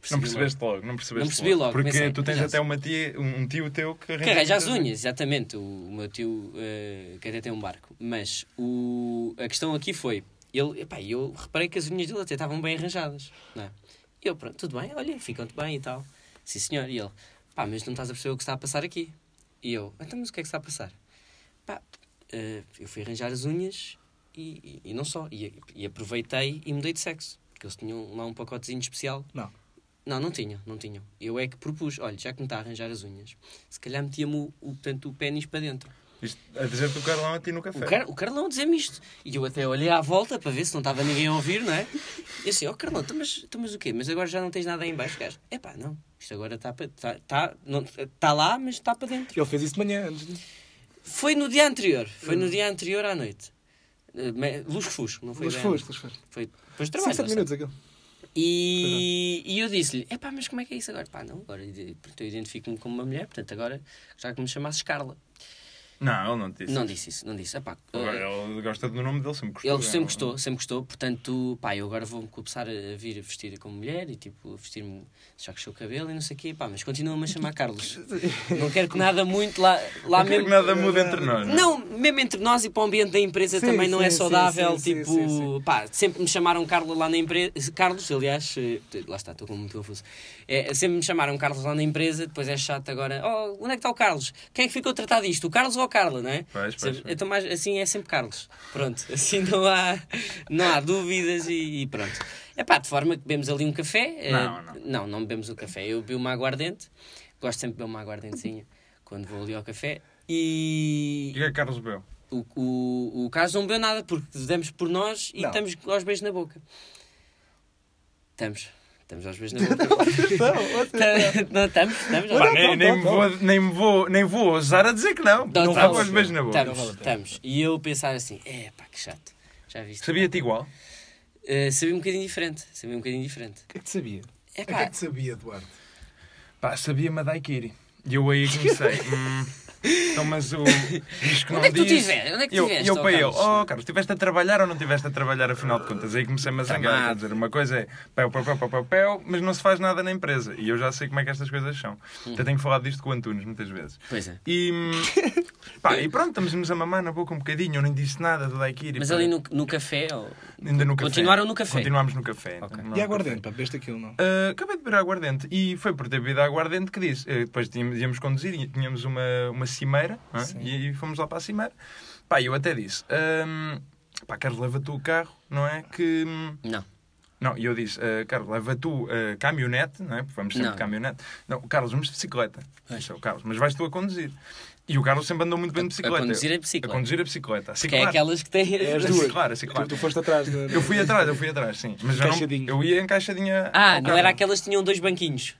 C: Percebi
B: Não percebeste logo, não percebeste
C: Não percebi logo,
B: Porque
C: pensei,
B: tu tens
C: já
B: até
C: sei.
B: uma tia, um um tio teu que
C: Que arranja as
B: muitas
C: unhas, exatamente. O, o meu tio, eh, que até tem um barco. Mas o, a questão aqui foi: ele, epá, eu reparei que as unhas dele até estavam bem arranjadas. Não é? E eu, pronto, tudo bem, olha, ficam-te bem e tal. Sim, senhor. E ele, pá, mas não estás a perceber o que está a passar aqui. E eu, então, mas o que é que está a passar? Pá, eh, eu fui arranjar as unhas e, e, e não só. E, e aproveitei e mudei de sexo. Porque eles tinham lá um pacotezinho especial
E: Não.
C: não, não tinham, não tinham. Eu é que propus, olha, já que me está a arranjar as unhas, se calhar metia-me o, o, portanto, o pênis para dentro.
B: Isto, a dizer-te o Carlão a ti no café.
C: O, Car o Carlão dizia-me isto. E eu até olhei à volta para ver se não estava ninguém a ouvir, não é? E assim, ó Carlão, tu mas, tu mas o quê? Mas agora já não tens nada aí em baixo, gajo. Epá, não, isto agora está para- está está- não- está lá, mas está para dentro.
E: Ele fez isso de manhã. antes de-
C: Foi no dia anterior, foi
E: Hum.
C: no dia anterior à noite. Eh, me- Lusco-fusco, não foi?
E: Luz
C: bem à
E: fuz,
C: noite.
E: luz fuz.
C: Foi depois de trabalho.
E: 7
C: lá está.
E: minutos aquilo.
C: E, e eu disse-lhe, epá, mas como é que é isso agora? Pá, não, agora ide- portanto, eu identifico-me como uma mulher, portanto agora já que me chamasses Carla.
B: Não, ele não te disse.
C: Não disse isso, não disse. Epá,
B: Agora,
C: eh,
B: ele gosta do nome dele, sempre gostou.
C: ele sempre
B: não-
C: gostou, sempre gostou, portanto, pá, eu agora vou-me começar a vir vestir como mulher e tipo, vestir-me, já que o cabelo e não sei o quê, pá, mas continua-me a chamar Carlos.
B: [LAUGHS]
C: Não quero que nada muito lá, lá
B: Não quero
C: mesmo.
B: que nada mude entre nós.
C: Não, mesmo entre nós e para o ambiente da empresa
E: Sim,
C: também não é
E: sim,
C: saudável.
E: sim, sim,
C: tipo,
E: sim, sim.
C: pá, sempre me chamaram Carlos lá na empresa. Carlos, aliás, eh, lá está, estou com muito confuso. É, sempre me chamaram Carlos lá na empresa, depois é chato agora. Oh, onde é que está o Carlos? Quem é que ficou a tratar disto? O Carlos ou a Carla, não é?
B: Pois, pois,
C: Sempre-
B: pois.
C: Então, mais, assim é sempre Carlos. Pronto, [LAUGHS] assim não há, não há dúvidas e, e pronto. É pá, de forma que bebemos ali um café. eh,
B: Não, não.
C: não, não bebemos o café. Eu bebi uma aguardente. Gosto sempre de beber uma aguardentezinha quando vou ali ao café.
B: E o
C: E
B: que é que Carlos Bel?
C: o, o, o Carlos não bebeu nada porque demos por nós e
E: Não.
C: estamos aos beijos na boca. Estamos. Estamos às vezes na boa. [LAUGHS] Não, estamos, estamos.
B: Pá,
C: às vezes.
B: nem, nem me vou, nem, me vou, nem vou ousar a dizer que não.
C: Não, tá
B: Não
C: estamos,
B: estava os beijos na boca.
C: Estamos, estamos. E eu pensar assim, é pá, que chato. Já viste?
B: Sabia-te igual?
C: Eh, sabia um bocadinho diferente. Sabia um bocadinho diferente.
E: que é que te sabia?
C: É
D: O que é
C: pá,
D: que sabia, Duarte?
B: Pá, sabia-me a Daikiri. E eu aí
C: [LAUGHS]
B: comecei. hum, então, mas o. Diz que
C: Onde
B: não
C: é que tu
B: disse.
C: tiveste? Onde é que
B: E eu,
C: tiveste,
B: e eu
C: ó,
B: para ele,
C: Carlos?
B: oh Carlos, estiveste a trabalhar ou não estiveste a trabalhar, afinal de contas? Aí comecei-me a zangar. Quer dizer, uma coisa é pau, pau, pau, pau, pau, pau, mas não se faz nada na empresa. E eu já sei como é que estas coisas são. Até tenho falado disto com o Antunes muitas vezes.
C: Hum. pois é.
B: E.
C: [LAUGHS]
B: hum, pá, e pronto, estamos-nos a mamar na boca um bocadinho. Eu nem disse nada do Daikiri.
C: Mas
B: pá.
C: ali no, no café, ou...
B: Ainda no café.
C: Continuaram no café?
B: Continuámos no café. Continuámos
E: E
B: no
E: aguardente, pá, bebeste aquilo, não?
B: Uh, acabei de beber aguardente e foi por ter bebido aguardente que disse. uh, depois tínhamos, íamos conduzir, e tínhamos uma, uma cimeira não é? e, e fomos lá para a cimeira. Pá, eu até disse: um, Pá, Carlos, leva tu o carro, não é? Que. hum,
C: Não.
B: Não, e eu disse: "Ah, Carlos, leva tu a caminhonete, não é? Porque vamos sempre
C: Não.
B: de caminhonete. Não, Carlos, vamos de bicicleta.
C: Pois.
B: Disse eu, Carlos, mas vais tu a conduzir. E o Carlos sempre andou muito bem de
C: A- a
B: bicicleta.
C: conduzir a
B: Eu-
C: bicicleta.
B: A conduzir a bicicleta. A
C: Que é
B: ciclar.
C: aquelas que têm...
E: É as
B: A
E: duas.
B: ciclar, a ciclar.
E: Tu, tu foste atrás é? da.
B: Eu fui atrás, eu fui atrás, sim. Mas já não,
E: Encaixadinho.
B: eu ia encaixadinha.
C: Ah,
B: ao
C: não
B: Carlos.
C: era aquelas que tinham dois banquinhos.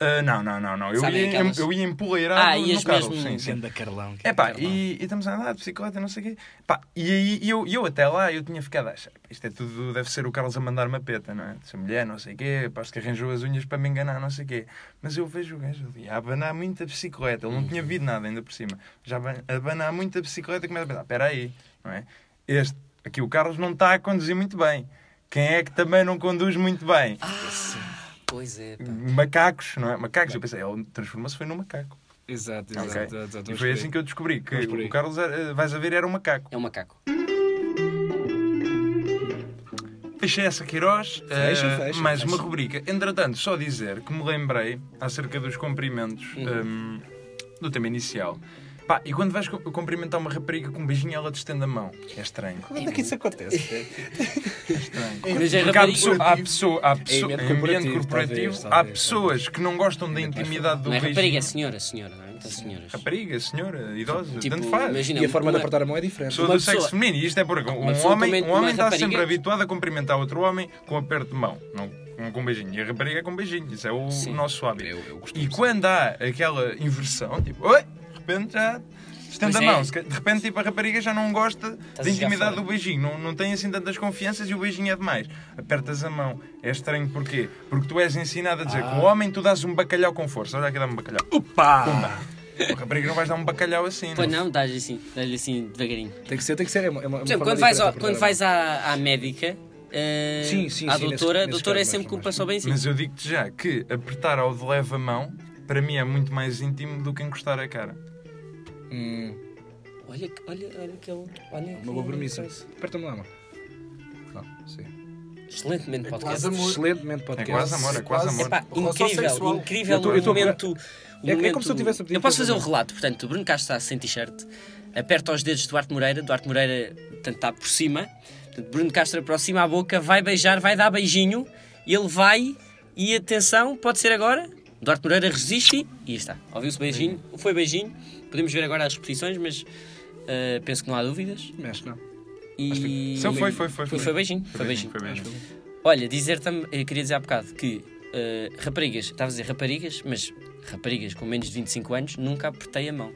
B: Ah, não, não, não, não. Eu
C: Sabem
B: ia,
C: aquelas?
B: eu ia empoleirado
C: Ah,
B: no
C: ias
B: carro.
C: mesmo
B: Sim, sim.
E: Ganda Carlão. que
B: É pá,
E: Carlão.
B: e, e estamos a andar de bicicleta, não sei o quê. Pá, e aí e eu, e eu até lá eu tinha ficado a achar, "Pá, isto é tudo, deve ser o Carlos a mandar uma peta, não é? Essa mulher, não sei o quê, parece que arranjou as unhas para me enganar, não sei o quê. Mas eu vejo o gajo ali a abanar muito a bicicleta, ele não
C: Uhum.
B: tinha vindo nada ainda por cima. Já aban- a abanar muito a bicicleta e começa a pensar, espera aí, não é? Este, aqui o Carlos não está a conduzir muito bem. Quem é que também não conduz muito bem?
C: Pois é, pá.
B: Macacos, não é? Macacos. Eu pensei, ele transformou-se foi num macaco.
E: Exato, exato,
B: Ok.
E: exato, exato.
B: E foi assim que eu descobri que
E: Vamos por aí.
B: o Carlos, era- vais a ver, era um macaco.
C: É um macaco.
B: Fechei essa Queiroz,
E: Fecha,
B: eh,
E: fecha,
B: mais
E: fecha.
B: uma rubrica. Entretanto, só dizer que me lembrei acerca dos cumprimentos
E: Uhum.
B: ehm, do tema inicial. Pá, e quando vais co- cumprimentar uma rapariga com um beijinho, ela te estende a mão. É estranho.
E: Quando é que isso acontece? Um
B: estranho.
C: Mas é
B: Porque há,
C: rapariga.
B: pessoa, há, pessoa, há pessoa,
E: É ambiente
B: em ambiente
E: corporativo,
B: corporativo,
E: talvez,
B: há
E: talvez,
B: pessoas que não gostam da
E: um
B: intimidade do
C: Não é
B: beijinho.
C: rapariga, é senhora, senhora, não é? Então, senhoras.
B: Rapariga, senhora, idosa,
C: Tipo,
B: tanto faz.
C: imagina,
E: E a forma de
C: uma-
E: apertar a mão é diferente.
B: pessoa
C: Uma
B: do sexo
C: pessoa-
B: feminino. E isto é porque um
C: pessoa
B: homem,
C: também-
B: um homem
C: uma
B: está
C: rapariga-
B: sempre habituado a cumprimentar outro homem com aperto de mão, não não com beijinho. E a rapariga é com beijinho. Isso é o
C: Sim.
B: nosso hábito.
E: Eu- eu costumo
B: e quando há aquela inversão, tipo, oi, de repente já. Estende a
C: Pois é.
B: mão, Se ca- de repente tipo, a rapariga já não gosta da
C: a jogar
B: intimidade do
C: fora.
B: beijinho, não, não tem assim tantas confianças e o beijinho é demais. Apertas a mão, é estranho porquê? Porque tu és ensinado a dizer que o homem tu dás um bacalhau com força, olha aqui dá-me um bacalhau.
E: Opa!
B: A rapariga não vais dar um bacalhau assim,
C: Pois
B: não.
C: não, dá-lhe assim, dá-lhe assim devagarinho.
E: Tem que ser, tem que ser. É uma, é uma
C: Por exemplo,
E: forma
C: quando vais,
E: diferente
C: ao-
E: de
C: quando
E: apertar a
C: vais à, à médica, eh,
E: Sim, sim,
C: à
E: sim, nesse-
C: doutora, a
E: nesse
C: doutora é
E: caso,
C: sempre
E: mais,
C: culpa
E: mais.
C: só bem sim.
B: Mas eu digo-te já que apertar ao de leve a mão, para mim é muito mais íntimo do que encostar a cara.
E: mão. Hum,
C: Olha, que- olha, olha que ele. Olha que
E: uma boa premissa.
C: coisa.
E: Aperta-me lá, mano. Não, sim. É
C: Excelentemente podcast.
D: quase amor.
E: Excelentemente
B: É
E: podcast.
B: quase amor, é quase amor.
C: Epá, incrível,
D: Homossexual.
C: incrível
E: Eu tô-
C: o
E: eu tô-
C: momento. o
E: é como
C: momento-
E: se eu tivesse a pedir
C: Eu posso fazer
E: para
C: um relato, portanto, o Bruno Castro está sem t-shirt, aperta os dedos de Duarte Moreira, Duarte Moreira portanto, está por cima, portanto, Bruno Castro aproxima a boca, vai beijar, vai dar beijinho, ele vai e atenção, pode ser agora. Duarte Moreira resiste e está. Ouviu-se beijinho, foi beijinho. Podemos ver agora as repetições, mas ah, penso que não há dúvidas.
E: Mexe, não.
C: E...
B: Só foi, foi, foi,
C: E foi
B: foi.
C: beijinho, foi beijinho.
B: Foi beijinho.
C: Olha, dizer também, eu queria dizer há bocado que eh, raparigas, estava a dizer raparigas, mas raparigas com menos de 25 anos nunca apertei a mão.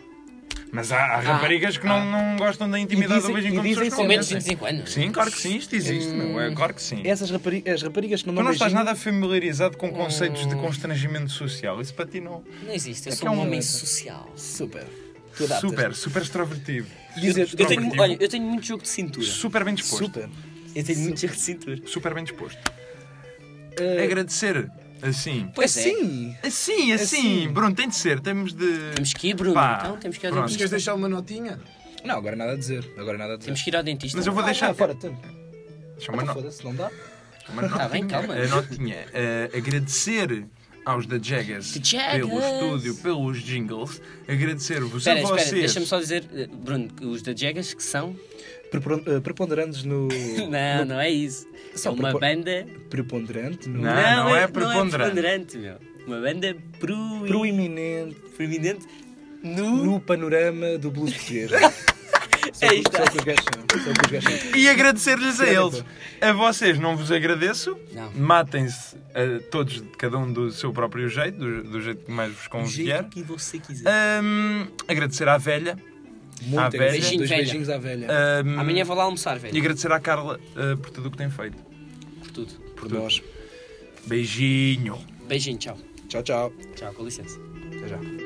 B: Mas há, há raparigas que não, não gostam da intimidade do
E: dizem-
B: beijinho
E: e
B: com
E: dizem
B: pessoas
E: sempre-
C: Com menos de
B: conhecem.
C: 25 anos?
B: Sim, claro que sim, isto existe, meu. É, claro que sim.
E: Essas rapari as raparigas que não
B: Tu
E: dão
B: não estás
E: beijinho-
B: nada familiarizado com conceitos de constrangimento social. Isso para ti não.
C: Não existe, eu
E: É
C: sou
E: que é
C: um
E: um
C: homem
E: momento.
C: social.
E: Super. Tu adaptas.
B: Super, super extrovertido.
E: Dizer,
C: Eu tenho,
B: Extrovertido.
C: olha, eu tenho muito jogo de cintura.
B: Super bem disposto. Super,
E: Super.
C: Eu tenho muito jogo de cintura.
B: bem disposto. Agradecer assim.
C: Pois é.
E: Assim.
B: Assim, assim,
E: Assim.
B: Bruno, tem de ser. Temos de.
C: Temos que ir, Bruno.
B: Pá,
C: Então, temos que ir ao
B: pronto.
D: Mas
C: dentista.
D: queres deixar uma notinha?
E: Não, agora nada a dizer. Agora nada a dizer.
C: Temos que ir ao dentista.
B: Mas eu vou
E: Ah,
B: deixar.
E: não, fora, tem.
B: Chama
E: Ah,
B: no-
E: Foda-se, não dá.
B: Uma notinha,
C: Tá bem, calma.
B: A notinha. eh, agradecer aos da Jaggers
C: The Jaggers.
B: pelo estúdio, pelos jingles. Agradecer-vos a
C: Espera, espera,
B: vocês.
C: deixa-me só dizer, eh, Bruno, que os da Jagas que são.
E: Prepon- eh, Preponderantes no.
C: [LAUGHS] Não, não é isso.
E: Só
C: é uma
E: propor-
C: banda.
E: Preponderante no.
B: Não, não é preponderante.
C: meu. Uma banda pro...
E: Proeminente
C: proeminente no...
E: no panorama do blues português. Só
C: Aí
E: o que- só o que os gajos são. Só o que os gajos são.
B: E agradecer-lhes a eles. A vocês não vos agradeço.
C: Não.
B: Matem-se eh, todos, cada um do seu próprio jeito, do, do jeito que mais vos
C: Do
B: convier.
C: jeito que você quiser.
B: Ahm, agradecer à velha
E: Muito
B: À
E: agradeço.
B: velha.
C: Beijinho,
E: Dois beijinhos à velha.
B: ahm,
C: Amanhã vou lá almoçar,
B: e
C: velho.
B: agradecer à Carla eh, por tudo o que tem feito.
C: Por
B: É,
C: tudo.
E: por nós.
B: Beijinho.
C: Beijinho, tchau.
E: Tchau, tchau.
C: Tchau, com licença.
E: Até já.